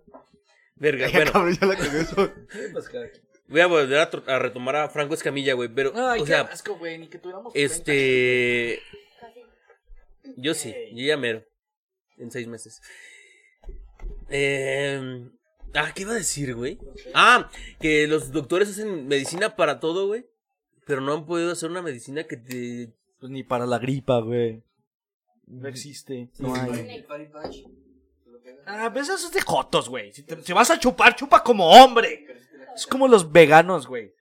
Speaker 3: Verga,
Speaker 1: Ya,
Speaker 3: bueno.
Speaker 1: cabrón, ya la cagué eso.
Speaker 3: Voy a volver a, tro- a retomar a Franco Escamilla, güey, pero, o sea,
Speaker 2: asco, güey, ni que tuviéramos
Speaker 3: este... Yo sí, yo ya mero. En seis meses. Eh, ah, ¿qué iba a decir, güey? Ah, que los doctores hacen medicina para todo, güey. Pero no han podido hacer una medicina que te...
Speaker 2: Ni para la gripa, güey. No existe. No hay. Ah, pero eso es de jotos, güey. Si, te- si vas a chupar, chupa como hombre. Es como los veganos, güey.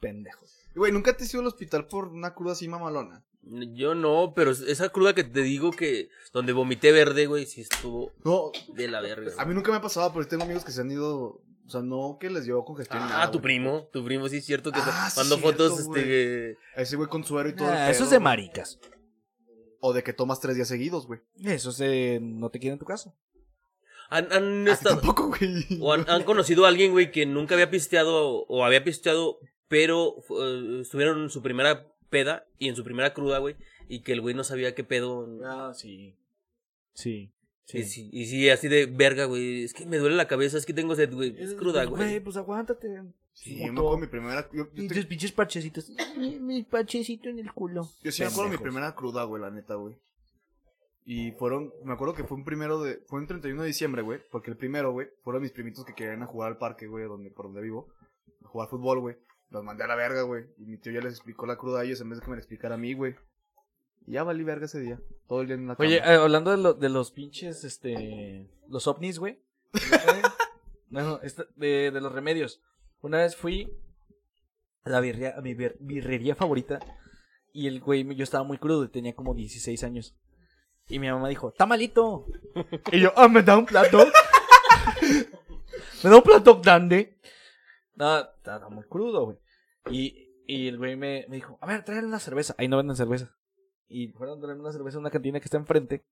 Speaker 2: Pendejos.
Speaker 1: Güey, ¿nunca te has ido al hospital por una cruda así mamalona?
Speaker 3: Yo no, pero esa cruda que te digo que... Donde vomité verde, güey, sí estuvo
Speaker 1: No,
Speaker 3: de la verga.
Speaker 1: a mí nunca me ha pasado, pero tengo amigos que se han ido. O sea, no que les llevó congestión. ni
Speaker 3: Ah,
Speaker 1: nada,
Speaker 3: tu
Speaker 1: güey.
Speaker 3: primo, tu primo, sí es cierto que
Speaker 1: Ah,
Speaker 3: te mandó
Speaker 1: sí,
Speaker 3: fotos,
Speaker 1: cierto,
Speaker 3: este...
Speaker 1: Ese güey con suero y todo. el
Speaker 2: Ah, eso
Speaker 1: pedo,
Speaker 2: es de
Speaker 1: güey.
Speaker 2: maricas.
Speaker 1: O de que tomas tres días seguidos, güey.
Speaker 2: Eso es de no te quieren en tu casa.
Speaker 3: Han, han
Speaker 1: Ah,
Speaker 3: estado... Oh,
Speaker 1: Tampoco, güey.
Speaker 3: O han, han conocido a alguien, güey, que nunca había pisteado o había pisteado, pero eh, estuvieron en su primera peda y en su primera cruda, güey, y que el güey no sabía qué pedo.
Speaker 2: Ah, sí. Sí.
Speaker 3: Y, sí, y sí, así de verga, güey. Es que me duele la cabeza, es que tengo sed, güey. Es cruda, güey.
Speaker 2: pues aguántate.
Speaker 1: Sí, yo me acuerdo mi primera. Yo, yo te-
Speaker 2: Tus pinches parchecitos. Mi parchecito en el culo.
Speaker 1: Yo sí me acuerdo mi
Speaker 2: Pendejos.
Speaker 1: primera cruda, güey, la neta, güey. Y fueron, me acuerdo que fue un primero de, fue un 31 de diciembre, güey, porque el primero, güey, fueron mis primitos que querían a jugar al parque, güey, donde, por donde vivo, a jugar fútbol, güey. Los mandé a la verga, güey. Y mi tío ya les explicó la cruda a ellos en vez de que me la explicara a mí, güey. Y ya valí verga ese día. Todo el día en la cama.
Speaker 2: Oye, eh, hablando de, lo- de los pinches, este, los ovnis, güey. [LAUGHS] no, no, esta- de, de los remedios. Una vez fui a la birria- a mi bir- birrería favorita y el güey, me- yo estaba muy crudo, tenía como 16 años. Y mi mamá dijo, está malito. Y yo, ah, me da un plato. [LAUGHS] me da un plato grande. No, estaba muy crudo, güey. Y, y el güey me, me dijo, a ver, tráele una cerveza. Ahí no venden cerveza y fueron a traerme una cerveza a una cantina que está enfrente.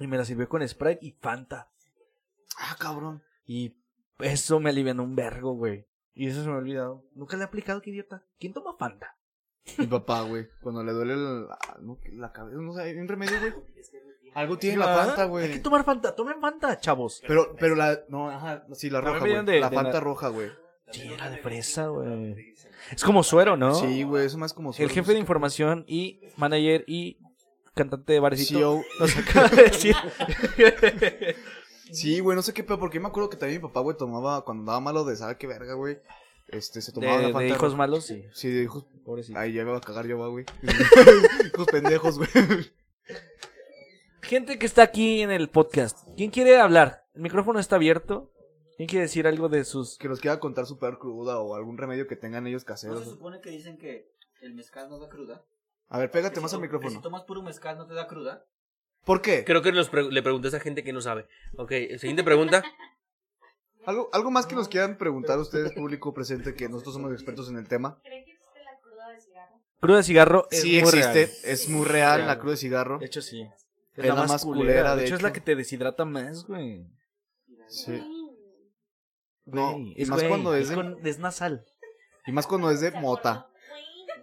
Speaker 2: Y me la sirvió con Sprite y Fanta.
Speaker 1: ah, cabrón.
Speaker 2: Y eso me alivianó un vergo, güey. Y eso se me ha olvidado. Nunca le he aplicado, qué idiota. ¿Quién toma Fanta?
Speaker 1: Mi papá, güey, cuando le duele la, no, la cabeza, no sé, hay un remedio, güey. Algo tiene la
Speaker 2: ¿Ah?
Speaker 1: panta,
Speaker 2: Hay que
Speaker 1: güey.
Speaker 2: tomar Fanta. Tomen Fanta, chavos.
Speaker 1: Pero, pero la, no, ajá, sí, la
Speaker 2: También
Speaker 1: roja,
Speaker 2: vienen
Speaker 1: güey.
Speaker 2: de-
Speaker 1: La
Speaker 2: de la-
Speaker 1: panta roja, güey.
Speaker 2: Sí, la de fresa, güey. Es como suero, ¿no?
Speaker 1: Sí, güey, eso más como
Speaker 2: El
Speaker 1: suero,
Speaker 2: jefe de información y manager
Speaker 1: E
Speaker 2: [LAUGHS] y cantante de barecito
Speaker 1: CEO.
Speaker 2: nos acaba de decir
Speaker 1: Sí, güey, no sé qué pedo, porque yo me acuerdo que también mi papá, güey, tomaba, cuando andaba malo de sabe qué verga, güey. Este, se tomaba
Speaker 2: De,
Speaker 1: una
Speaker 2: de
Speaker 1: Fanta-
Speaker 2: hijos malos, sí.
Speaker 1: Sí, de hijos.
Speaker 2: Pobrecito.
Speaker 1: Ay, ya me va a cagar yo, va, güey. [LAUGHS] hijos pendejos, güey.
Speaker 2: Gente que está aquí en el podcast, ¿quién quiere hablar? El micrófono está abierto. ¿Quién quiere decir algo de sus...
Speaker 1: Que nos quiera contar su peor cruda o algún remedio que tengan ellos
Speaker 6: ¿No se
Speaker 1: caseros.
Speaker 6: supone que dicen que el mezcal no da cruda?
Speaker 1: A ver,
Speaker 6: Que
Speaker 1: pégate
Speaker 6: si
Speaker 1: más al
Speaker 6: to- que
Speaker 1: micrófono.
Speaker 6: Si tomas puro mezcal no te da cruda.
Speaker 1: ¿Por qué?
Speaker 3: Creo que nos pre- le preguntas a gente que no sabe. Ok, siguiente pregunta.
Speaker 1: ¿Algo, algo más que nos quieran preguntar ustedes, público presente, que nosotros somos expertos en el tema.
Speaker 5: ¿Creen que existe la cruda de cigarro?
Speaker 2: Cruda de cigarro es
Speaker 1: Sí
Speaker 2: muy
Speaker 1: existe,
Speaker 2: real.
Speaker 1: es muy real la
Speaker 2: Real.
Speaker 1: cruda de cigarro.
Speaker 2: De hecho, sí. Es,
Speaker 1: Es la más culera,
Speaker 2: De,
Speaker 1: de
Speaker 2: hecho, es la
Speaker 1: hecho.
Speaker 2: que te deshidrata más, güey.
Speaker 1: Sí.
Speaker 5: Mm.
Speaker 1: No,
Speaker 2: Güey,
Speaker 1: y más
Speaker 2: güey,
Speaker 1: cuando es de- Pues
Speaker 2: con- es nasal.
Speaker 1: Y más cuando es de
Speaker 5: Se
Speaker 1: mota.
Speaker 5: acordó, güey.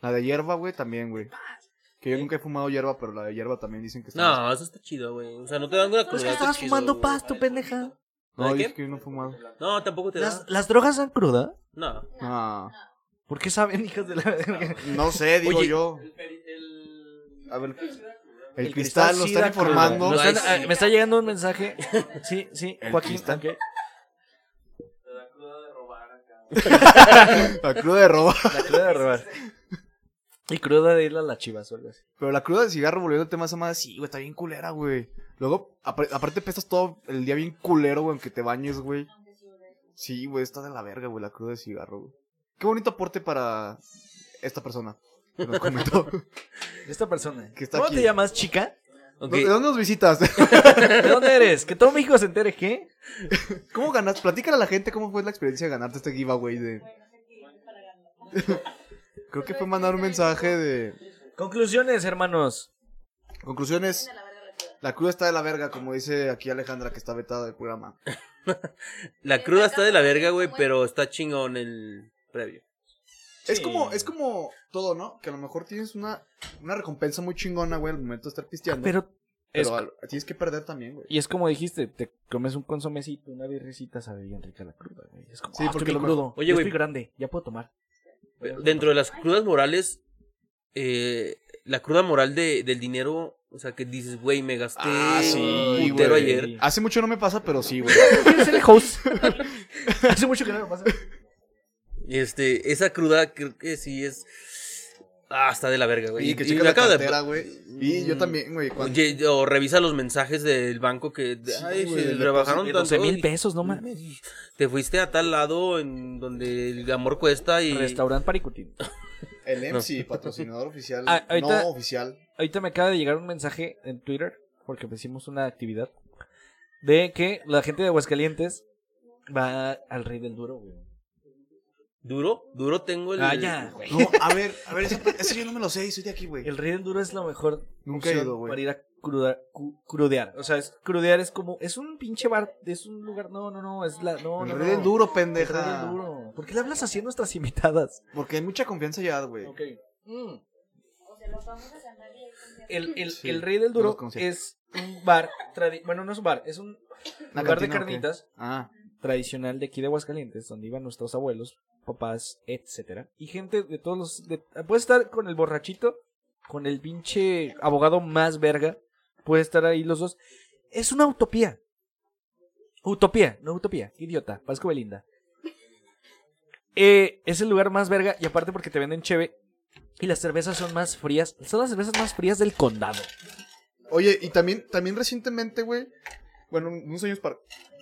Speaker 1: La de hierba, güey, también, güey. Que yo nunca he fumado hierba, pero la de hierba también dicen que está más-
Speaker 3: No, eso está chido, güey. O sea, no te dan una cruda.
Speaker 2: Es que
Speaker 3: está
Speaker 2: estabas
Speaker 3: chido,
Speaker 2: fumando
Speaker 3: güey.
Speaker 2: pasto, pendeja.
Speaker 1: No,
Speaker 3: ¿De
Speaker 1: yo
Speaker 3: qué?
Speaker 1: es que yo no he fumado.
Speaker 3: No, tampoco te
Speaker 2: ¿Las,
Speaker 3: dan.
Speaker 2: las drogas dan cruda?
Speaker 3: No.
Speaker 1: No,
Speaker 2: ¿Por qué saben, [LAUGHS] hijas de la verga?
Speaker 1: no sé, digo
Speaker 3: Oye,
Speaker 1: yo. A ver, el, cristal, lo
Speaker 2: sí
Speaker 1: están
Speaker 2: da cruda.
Speaker 1: informando.
Speaker 2: Nos
Speaker 3: Ay,
Speaker 2: están-
Speaker 3: sí.
Speaker 2: ah, Me está llegando un mensaje. Sí, sí,
Speaker 1: El
Speaker 2: Joaquín.
Speaker 1: cristal.
Speaker 2: ok.
Speaker 1: La cruda de roba.
Speaker 2: La cruda de robar. Y cruda de ir a la chivas o algo así.
Speaker 1: Pero la cruda de cigarro, volviendo al tema de esa madre, sí, güey, está bien culera, güey. Luego, apar- aparte pesas todo el día bien culero, güey, aunque te bañes, güey. Sí, güey, está de la verga, güey, la cruda de cigarro, güey. Qué bonito aporte para esta persona que nos comentó.
Speaker 2: Esta persona.
Speaker 1: Que está
Speaker 2: ¿Cómo
Speaker 1: aquí.
Speaker 2: te llamas, chica?
Speaker 3: Ok.
Speaker 1: ¿De dónde nos visitas? [LAUGHS]
Speaker 2: ¿De dónde eres? Que todo México se entere, ¿qué?
Speaker 1: ¿Cómo ganas? Platícale a la gente cómo fue la experiencia de ganarte este giveaway de... [LAUGHS] Creo que fue mandar un mensaje de...
Speaker 2: Conclusiones, hermanos.
Speaker 1: Conclusiones. La cruda está de la verga, como dice aquí Alejandra, que está vetada del programa.
Speaker 3: La cruda está de la verga, güey, pero está chingón el previo.
Speaker 1: Es como es como todo, ¿no? Que a lo mejor tienes una, una recompensa muy chingona, güey, al momento de estar pisteando. Pero,
Speaker 2: Pero. es-
Speaker 1: al- tienes que perder también, güey.
Speaker 2: y es como dijiste, te comes un consomecito, una birricita, sabe bien rica la cruda, güey. Es como,
Speaker 1: Sí,
Speaker 2: sí,
Speaker 1: porque
Speaker 2: porque
Speaker 1: lo
Speaker 2: crudo.
Speaker 3: Oye,
Speaker 2: Oye,
Speaker 3: güey.
Speaker 2: Estoy grande, ya puedo tomar.
Speaker 3: Dentro de las crudas morales, eh, la cruda moral de, del dinero, o sea, que dices, güey, me gasté
Speaker 1: Ah, sí,
Speaker 3: un putero
Speaker 1: güey.
Speaker 3: ayer.
Speaker 1: Hace mucho no me pasa, pero sí, [LAUGHS] güey.
Speaker 2: ¿Quieres ser el host?
Speaker 1: [LAUGHS]
Speaker 2: Hace mucho que no me pasa.
Speaker 3: Este, esa cruda creo que sí es... Ah, está de la verga, güey.
Speaker 1: Y que
Speaker 3: Y
Speaker 1: checa
Speaker 3: me
Speaker 1: la
Speaker 3: acaba de-
Speaker 1: cartera, güey. Y yo
Speaker 3: Mm.
Speaker 1: también, güey. cuando-
Speaker 3: Oye, o revisa los mensajes del banco que
Speaker 1: Sí,
Speaker 3: ay,
Speaker 1: güey,
Speaker 3: se
Speaker 1: el
Speaker 3: rebajaron
Speaker 1: depósito de
Speaker 2: 12
Speaker 3: tanto y-
Speaker 2: mil pesos, no mames.
Speaker 3: Te fuiste a tal lado en donde el amor cuesta y
Speaker 2: Restaurante Paricutín.
Speaker 1: El MC, patrocinador [LAUGHS] oficial.
Speaker 2: Ah, ahorita-
Speaker 1: No oficial.
Speaker 2: Ahorita me acaba de llegar un mensaje en Twitter, porque hicimos una actividad, de que la gente de Aguascalientes va al Rey del Duro, güey.
Speaker 3: duro, duro tengo el
Speaker 2: Ah, ya, güey.
Speaker 1: No, a ver, a ver, eso, eso yo no me lo sé y soy de aquí, güey.
Speaker 2: El Rey del Duro es la mejor
Speaker 1: Nunca he
Speaker 2: opción
Speaker 1: ido, güey.
Speaker 2: para ir a cruda- cu- crudear. O sea, es, crudear es como, es un pinche bar, es un lugar, no, no, no, es la, no,
Speaker 1: El
Speaker 2: no,
Speaker 1: rey
Speaker 2: no.
Speaker 1: del duro,
Speaker 2: El
Speaker 1: pendeja.
Speaker 2: Rey del Duro. ¿Por qué le hablas así a nuestras invitadas?
Speaker 1: Porque hay mucha confianza ya, güey.
Speaker 2: Ok. Mm.
Speaker 5: O sea, los vamos a sanar y ahí con-
Speaker 2: El, el,
Speaker 1: Sí,
Speaker 2: el Rey del
Speaker 1: no los
Speaker 2: Duro
Speaker 1: conocía.
Speaker 2: es un bar, tradi- bueno, no es un bar, es un
Speaker 1: ¿Una
Speaker 2: lugar de
Speaker 1: cantina o qué?
Speaker 2: carnitas.
Speaker 1: Ah,
Speaker 2: tradicional de aquí de Aguascalientes, donde iban nuestros abuelos, papás, etcétera. Y gente de todos los. de- puedes estar con el borrachito, con el pinche abogado más verga. Puedes estar ahí los dos. Es una utopía. Utopía, no utopía. Idiota, Vasco Belinda. Eh, es el lugar más verga y aparte porque te venden cheve. Y las cervezas son más frías. Son las cervezas más frías del condado.
Speaker 1: Oye, y también, también recientemente, güey. Bueno, unos años para.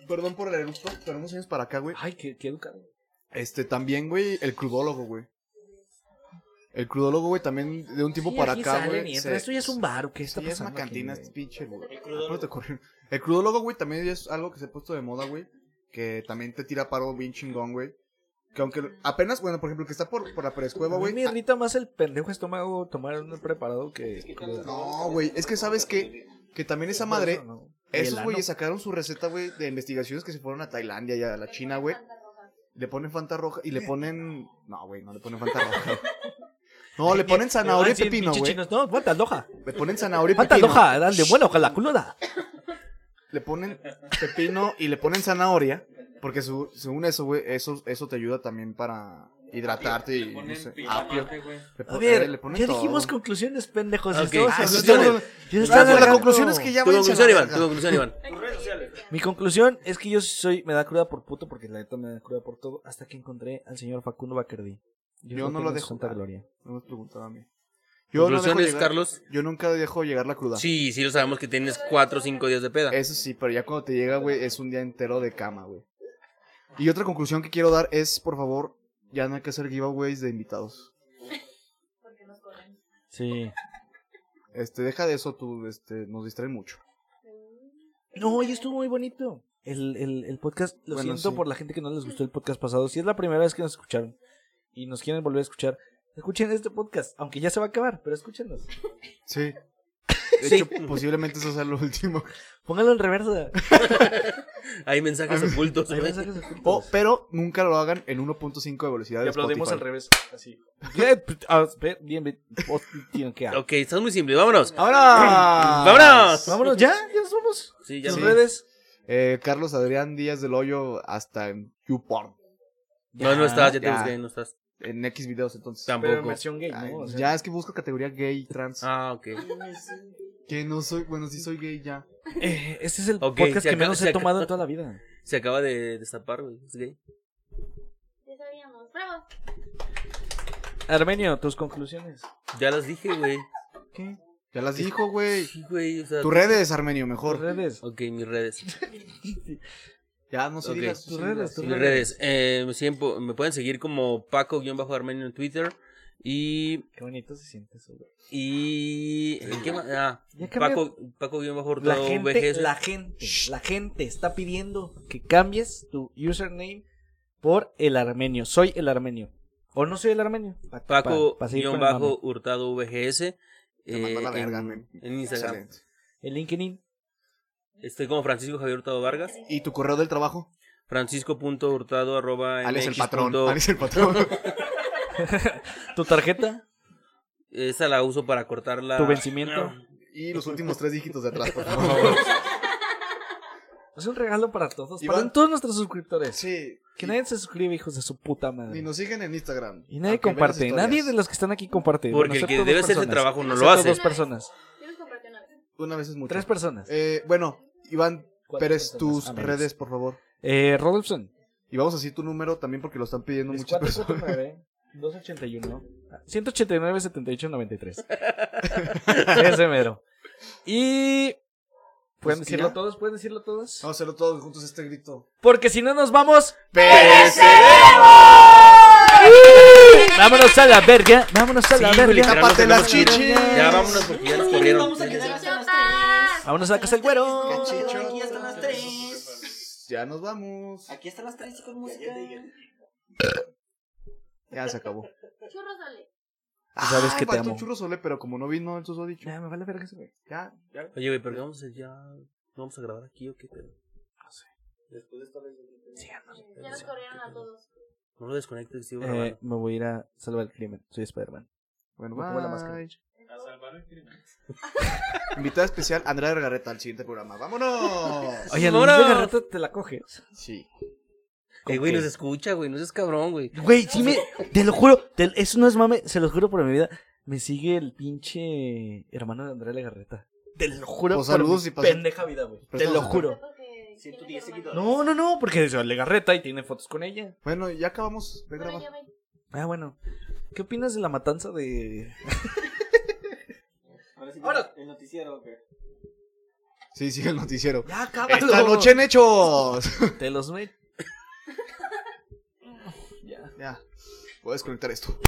Speaker 1: Perdón por el eructo, pero unos años para acá, güey.
Speaker 2: Ay, qué, qué educado.
Speaker 1: Este, también, güey, el crudólogo, güey. El crudólogo, güey, también de un tiempo
Speaker 2: Sí,
Speaker 1: para
Speaker 2: aquí
Speaker 1: acá,
Speaker 2: salen y
Speaker 1: güey.
Speaker 2: entran.
Speaker 1: se-
Speaker 2: Esto ya es un bar, ¿o qué
Speaker 1: Sí,
Speaker 2: está
Speaker 1: es una
Speaker 2: pasando? aquí,
Speaker 1: cantina,
Speaker 2: güey?
Speaker 1: este pinche lugar.
Speaker 6: El crudólogo.
Speaker 1: Acuérdate, corre. El crudólogo, güey, también es algo que se ha puesto de moda, güey. Que también te tira paro bien chingón, güey. Que aunque apenas, bueno, por ejemplo, el que está por, por la perescueva,
Speaker 2: Pues A mí
Speaker 1: güey. Ah.
Speaker 2: me irrita más el pendejo estómago tomar un preparado que.
Speaker 1: ah, No, güey, es que sabes que, que también esa madre, esos güeyes sacaron su receta, güey, de investigaciones que se fueron a Tailandia y a la China, güey. Le ponen Fanta roja y le ponen. No, güey, no le ponen Fanta roja. No, le ponen zanahoria y pepino, güey.
Speaker 2: No, falta hoja.
Speaker 1: Le ponen zanahoria y
Speaker 2: Falta
Speaker 1: pepino.
Speaker 2: hoja, dale, bueno, ojalá culuda.
Speaker 1: le ponen pepino y le ponen zanahoria, porque su- según eso, güey, eso, eso te ayuda también para hidratarte y no sé, apio. Le pon-
Speaker 2: A
Speaker 1: eh,
Speaker 2: ver,
Speaker 1: le ponen
Speaker 2: ya
Speaker 1: todo.
Speaker 2: dijimos conclusiones, pendejos.
Speaker 3: Ah, ok.
Speaker 2: estamos
Speaker 1: Ah, eso
Speaker 2: hablando-
Speaker 1: estamos-
Speaker 2: ya
Speaker 1: Ah,
Speaker 2: estamos
Speaker 1: pues, la
Speaker 2: hablando-
Speaker 1: conclusión es que ya
Speaker 3: Tu
Speaker 1: vayan [LAUGHS]
Speaker 3: conclusión, Iván, tu conclusión, Iván.
Speaker 6: Tus redes sociales.
Speaker 2: Mi conclusión es que yo soy, me da cruda por puto, porque la neta me da cruda por todo, hasta que encontré al señor Facundo Bacardí.
Speaker 1: Yo no lo
Speaker 2: tengo
Speaker 1: dejo
Speaker 2: santa
Speaker 1: jugar.
Speaker 2: gloria.
Speaker 1: No me preguntaba a mí. Yo, no dejo
Speaker 3: Conclusiones,
Speaker 1: llegar-
Speaker 3: Carlos.
Speaker 1: yo nunca dejo llegar la cruda.
Speaker 3: Sí, sí lo sabemos que tienes cuatro o cinco días de peda.
Speaker 2: Eh,
Speaker 1: Eso sí, pero ya cuando te llega, güey, es un día entero de cama, güey. Y otra conclusión que quiero dar es, por favor, ya no hay que hacer giveaways de invitados.
Speaker 5: Porque nos corren.
Speaker 2: Sí.
Speaker 1: Este, deja de eso, tú, este, nos distraen mucho.
Speaker 5: Mm,
Speaker 2: No, y estuvo muy bonito. El, el, el podcast, lo
Speaker 1: Bueno,
Speaker 2: siento
Speaker 1: sí.
Speaker 2: por la gente que no les gustó el podcast pasado. Si es la primera vez que nos escucharon y nos quieren volver a escuchar, escuchen este podcast, aunque ya se va a acabar, pero escúchenos.
Speaker 1: Sí. De
Speaker 2: Sí.
Speaker 1: hecho, posiblemente eso sea lo
Speaker 2: [LAUGHS]
Speaker 1: último.
Speaker 2: Pónganlo en reversa.
Speaker 3: Hay
Speaker 2: [LAUGHS]
Speaker 3: mensajes ocultos. ¿eh?
Speaker 2: Hay
Speaker 3: güey.
Speaker 2: mensajes
Speaker 1: O-
Speaker 2: ocultos.
Speaker 1: pero nunca lo hagan en 1.5 de velocidad
Speaker 2: Y
Speaker 1: de
Speaker 2: aplaudimos al
Speaker 1: Spotify.
Speaker 2: revés, así. Bien, ah, bien, bien. Oh, tío, ¿qué
Speaker 3: [LAUGHS]
Speaker 2: hago?
Speaker 3: Ok, estás muy simple, vámonos.
Speaker 2: Ah,
Speaker 1: ¡Ahora!
Speaker 3: ¡Vámonos!
Speaker 2: Vámonos, ya, ya nos vamos.
Speaker 3: Sí, ya
Speaker 2: Las
Speaker 1: Sí.
Speaker 3: no.
Speaker 2: redes.
Speaker 1: Eh, Carlos Adrián Díaz del Hoyo hasta en YouPorn.
Speaker 3: No, no estás, ya te
Speaker 1: ya.
Speaker 3: busqué, no estás.
Speaker 1: En X videos, entonces.
Speaker 3: Tampoco.
Speaker 2: Pero en versión gay,
Speaker 1: Ay,
Speaker 2: ¿no? O sea,
Speaker 1: ya es que busco categoría gay, trans.
Speaker 3: Ah, ok.
Speaker 1: Que no soy, bueno, sí soy gay ya.
Speaker 2: eh, este es el
Speaker 3: Ok,
Speaker 2: podcast
Speaker 3: se
Speaker 2: que
Speaker 3: acaba-
Speaker 2: menos
Speaker 3: se
Speaker 2: he
Speaker 3: acaba.
Speaker 2: tomado en toda la vida.
Speaker 3: Se acaba de destapar, güey. Es gay.
Speaker 5: Ya sabíamos. ¡Bravo!
Speaker 2: Armenio, tus conclusiones.
Speaker 3: Ya las dije, güey.
Speaker 2: ¿Qué?
Speaker 1: Ya las dijo, güey.
Speaker 3: Sí, güey, o sea.
Speaker 1: Tus redes, Armenio,
Speaker 2: Por
Speaker 1: mejor.
Speaker 2: redes.
Speaker 3: Ok, mis redes.
Speaker 1: Ya no se
Speaker 3: Ok.
Speaker 1: digas.
Speaker 2: Tus
Speaker 1: sí
Speaker 2: redes,
Speaker 1: digas.
Speaker 2: tus
Speaker 3: Mis redes. Eh, me, siguen po- me pueden seguir como Paco-Armenio en Twitter. Y.
Speaker 2: Qué bonito se siente eso. güey.
Speaker 3: Y. ¿en qué más? Ah,
Speaker 2: Ya cambió.
Speaker 3: Paco, Paco guión bajo
Speaker 2: La
Speaker 3: Hurtado
Speaker 2: gente,
Speaker 3: VGS.
Speaker 2: la gente, la gente está pidiendo que cambies tu username por el armenio. Soy el armenio. O no soy el armenio. Pa- pa-
Speaker 3: Paco
Speaker 2: pa seguir
Speaker 3: guión
Speaker 2: con el mame.
Speaker 3: bajo Hurtado VGS. eh,
Speaker 1: Te mandó la verga,
Speaker 3: en,
Speaker 1: men.
Speaker 3: en Instagram.
Speaker 1: Excelente.
Speaker 2: El LinkedIn. [LAUGHS]
Speaker 3: Estoy Este, como Francisco Javier Hurtado Vargas.
Speaker 1: ¿Y tu correo del trabajo?
Speaker 3: Francisco.hurtado arroba
Speaker 1: Alex el
Speaker 3: mx
Speaker 1: patrón.
Speaker 3: punto-
Speaker 1: Alex el
Speaker 2: [LAUGHS]
Speaker 1: patrón.
Speaker 2: Tu tarjeta.
Speaker 3: Esa la uso para cortar la. Ah,
Speaker 2: Tu vencimiento.
Speaker 1: y los últimos tres dígitos de
Speaker 2: [LAUGHS]
Speaker 1: atrás, por favor.
Speaker 2: Es un regalo para todos.
Speaker 1: Iván.
Speaker 2: Para todos nuestros suscriptores.
Speaker 1: Sí.
Speaker 2: Que nadie se suscribe, hijos de su puta madre.
Speaker 1: Ni nos siguen en Instagram.
Speaker 2: Y nadie
Speaker 1: Aunque vean las
Speaker 2: comparte.
Speaker 1: historias.
Speaker 2: Nadie de los que están aquí comparte.
Speaker 3: Porque el
Speaker 2: excepto
Speaker 3: que
Speaker 2: dos
Speaker 3: debe hacer ese
Speaker 2: personas.
Speaker 3: trabajo no lo
Speaker 2: Excepto
Speaker 3: hace.
Speaker 2: dos personas.
Speaker 5: Yo les compartí una vez.
Speaker 1: Una vez es mucho.
Speaker 2: Tres personas.
Speaker 1: Eh, bueno, Iván
Speaker 2: Cuatro
Speaker 1: Pérez,
Speaker 2: personas.
Speaker 1: tus
Speaker 2: Ah, menos.
Speaker 1: redes, por favor.
Speaker 2: Eh, Rodolfson.
Speaker 1: Y vamos a decir tu número también porque lo están pidiendo
Speaker 2: Es
Speaker 1: muchas personas.
Speaker 2: 449, 281. 189 78 93. [LAUGHS] Ese mero. Y.
Speaker 1: Pues
Speaker 2: ¿Pueden
Speaker 1: que
Speaker 2: decirlo
Speaker 1: ya.
Speaker 2: todos? ¿Pueden decirlo todos?
Speaker 1: Vamos a hacerlo todos juntos este grito.
Speaker 2: Porque si no nos vamos.
Speaker 1: ¡Pereceremos!
Speaker 2: Vámonos a la verga. Vámonos a la
Speaker 3: Sí,
Speaker 2: verga.
Speaker 3: literalmente
Speaker 1: Tápate las
Speaker 3: vámonos.
Speaker 1: chichis.
Speaker 3: Ya vámonos porque ya nos corrieron.
Speaker 6: Vamos a quedar hasta las
Speaker 5: ¡Chichotas!
Speaker 2: Vámonos a la casa del güero.
Speaker 1: Qué chido.
Speaker 6: 3. Aquí hasta las 3.
Speaker 1: Ya nos vamos.
Speaker 6: Aquí hasta las 3 con música.
Speaker 1: Ya se acabó.
Speaker 5: ¡Churros, dale!
Speaker 2: Tú sabes
Speaker 1: Ay,
Speaker 2: que te
Speaker 1: faltó
Speaker 2: amo.
Speaker 1: churro sole, pero como no vino el susodicho.
Speaker 2: Ya, me vale verga ese güey.
Speaker 1: Ya, ya.
Speaker 3: Oye, güey, pero ¿qué vamos a hacer ya. ¿No vamos a grabar aquí o qué pedo?
Speaker 2: Síganos.
Speaker 5: Ya nos corrieron a todos.
Speaker 3: No lo desconectes, que sigo
Speaker 2: Eh,
Speaker 3: grabando.
Speaker 2: me voy a ir a salvar el crimen. Soy Spider-Man.
Speaker 1: Bueno,
Speaker 2: Me pongo la máscara.
Speaker 1: bye. [LAUGHS] Invitada especial, Andrea Garreta, al siguiente programa. ¡Vámonos!
Speaker 2: Oye, el
Speaker 3: ¡Vámonos!
Speaker 2: Luis de Garreta te la coges.
Speaker 1: Sí.
Speaker 3: Eh, güey,
Speaker 2: Ok.
Speaker 3: nos escucha, güey. No seas cabrón, güey.
Speaker 2: Güey, sí me. Te lo juro. te- eso no es mame. Se lo juro por mi vida. Me sigue el pinche hermano de Andrea Legarreta. Te lo juro
Speaker 1: Pues
Speaker 2: por
Speaker 1: saludos
Speaker 2: mi
Speaker 1: y pasen-
Speaker 2: pendeja vida, güey. Te
Speaker 1: Préstanos
Speaker 2: lo
Speaker 1: el
Speaker 2: juro.
Speaker 5: Porque
Speaker 6: 110
Speaker 5: ¿quién es
Speaker 6: seguidores.
Speaker 5: hermano?
Speaker 2: No, no, no. Porque es Legarreta y tiene fotos con ella.
Speaker 1: Bueno, ya acabamos de
Speaker 5: Bueno, ya
Speaker 1: grabar.
Speaker 5: ven.
Speaker 2: Ah, bueno. ¿Qué opinas de la matanza de.
Speaker 6: Ahora sí,
Speaker 2: Ahora.
Speaker 6: el noticiero. ok.
Speaker 1: Sí, sigue el noticiero.
Speaker 2: Ya, cabrón.
Speaker 1: Esta noche en hechos.
Speaker 2: [LAUGHS] Te los me. ya.
Speaker 1: Ya. Voy a desconectar esto.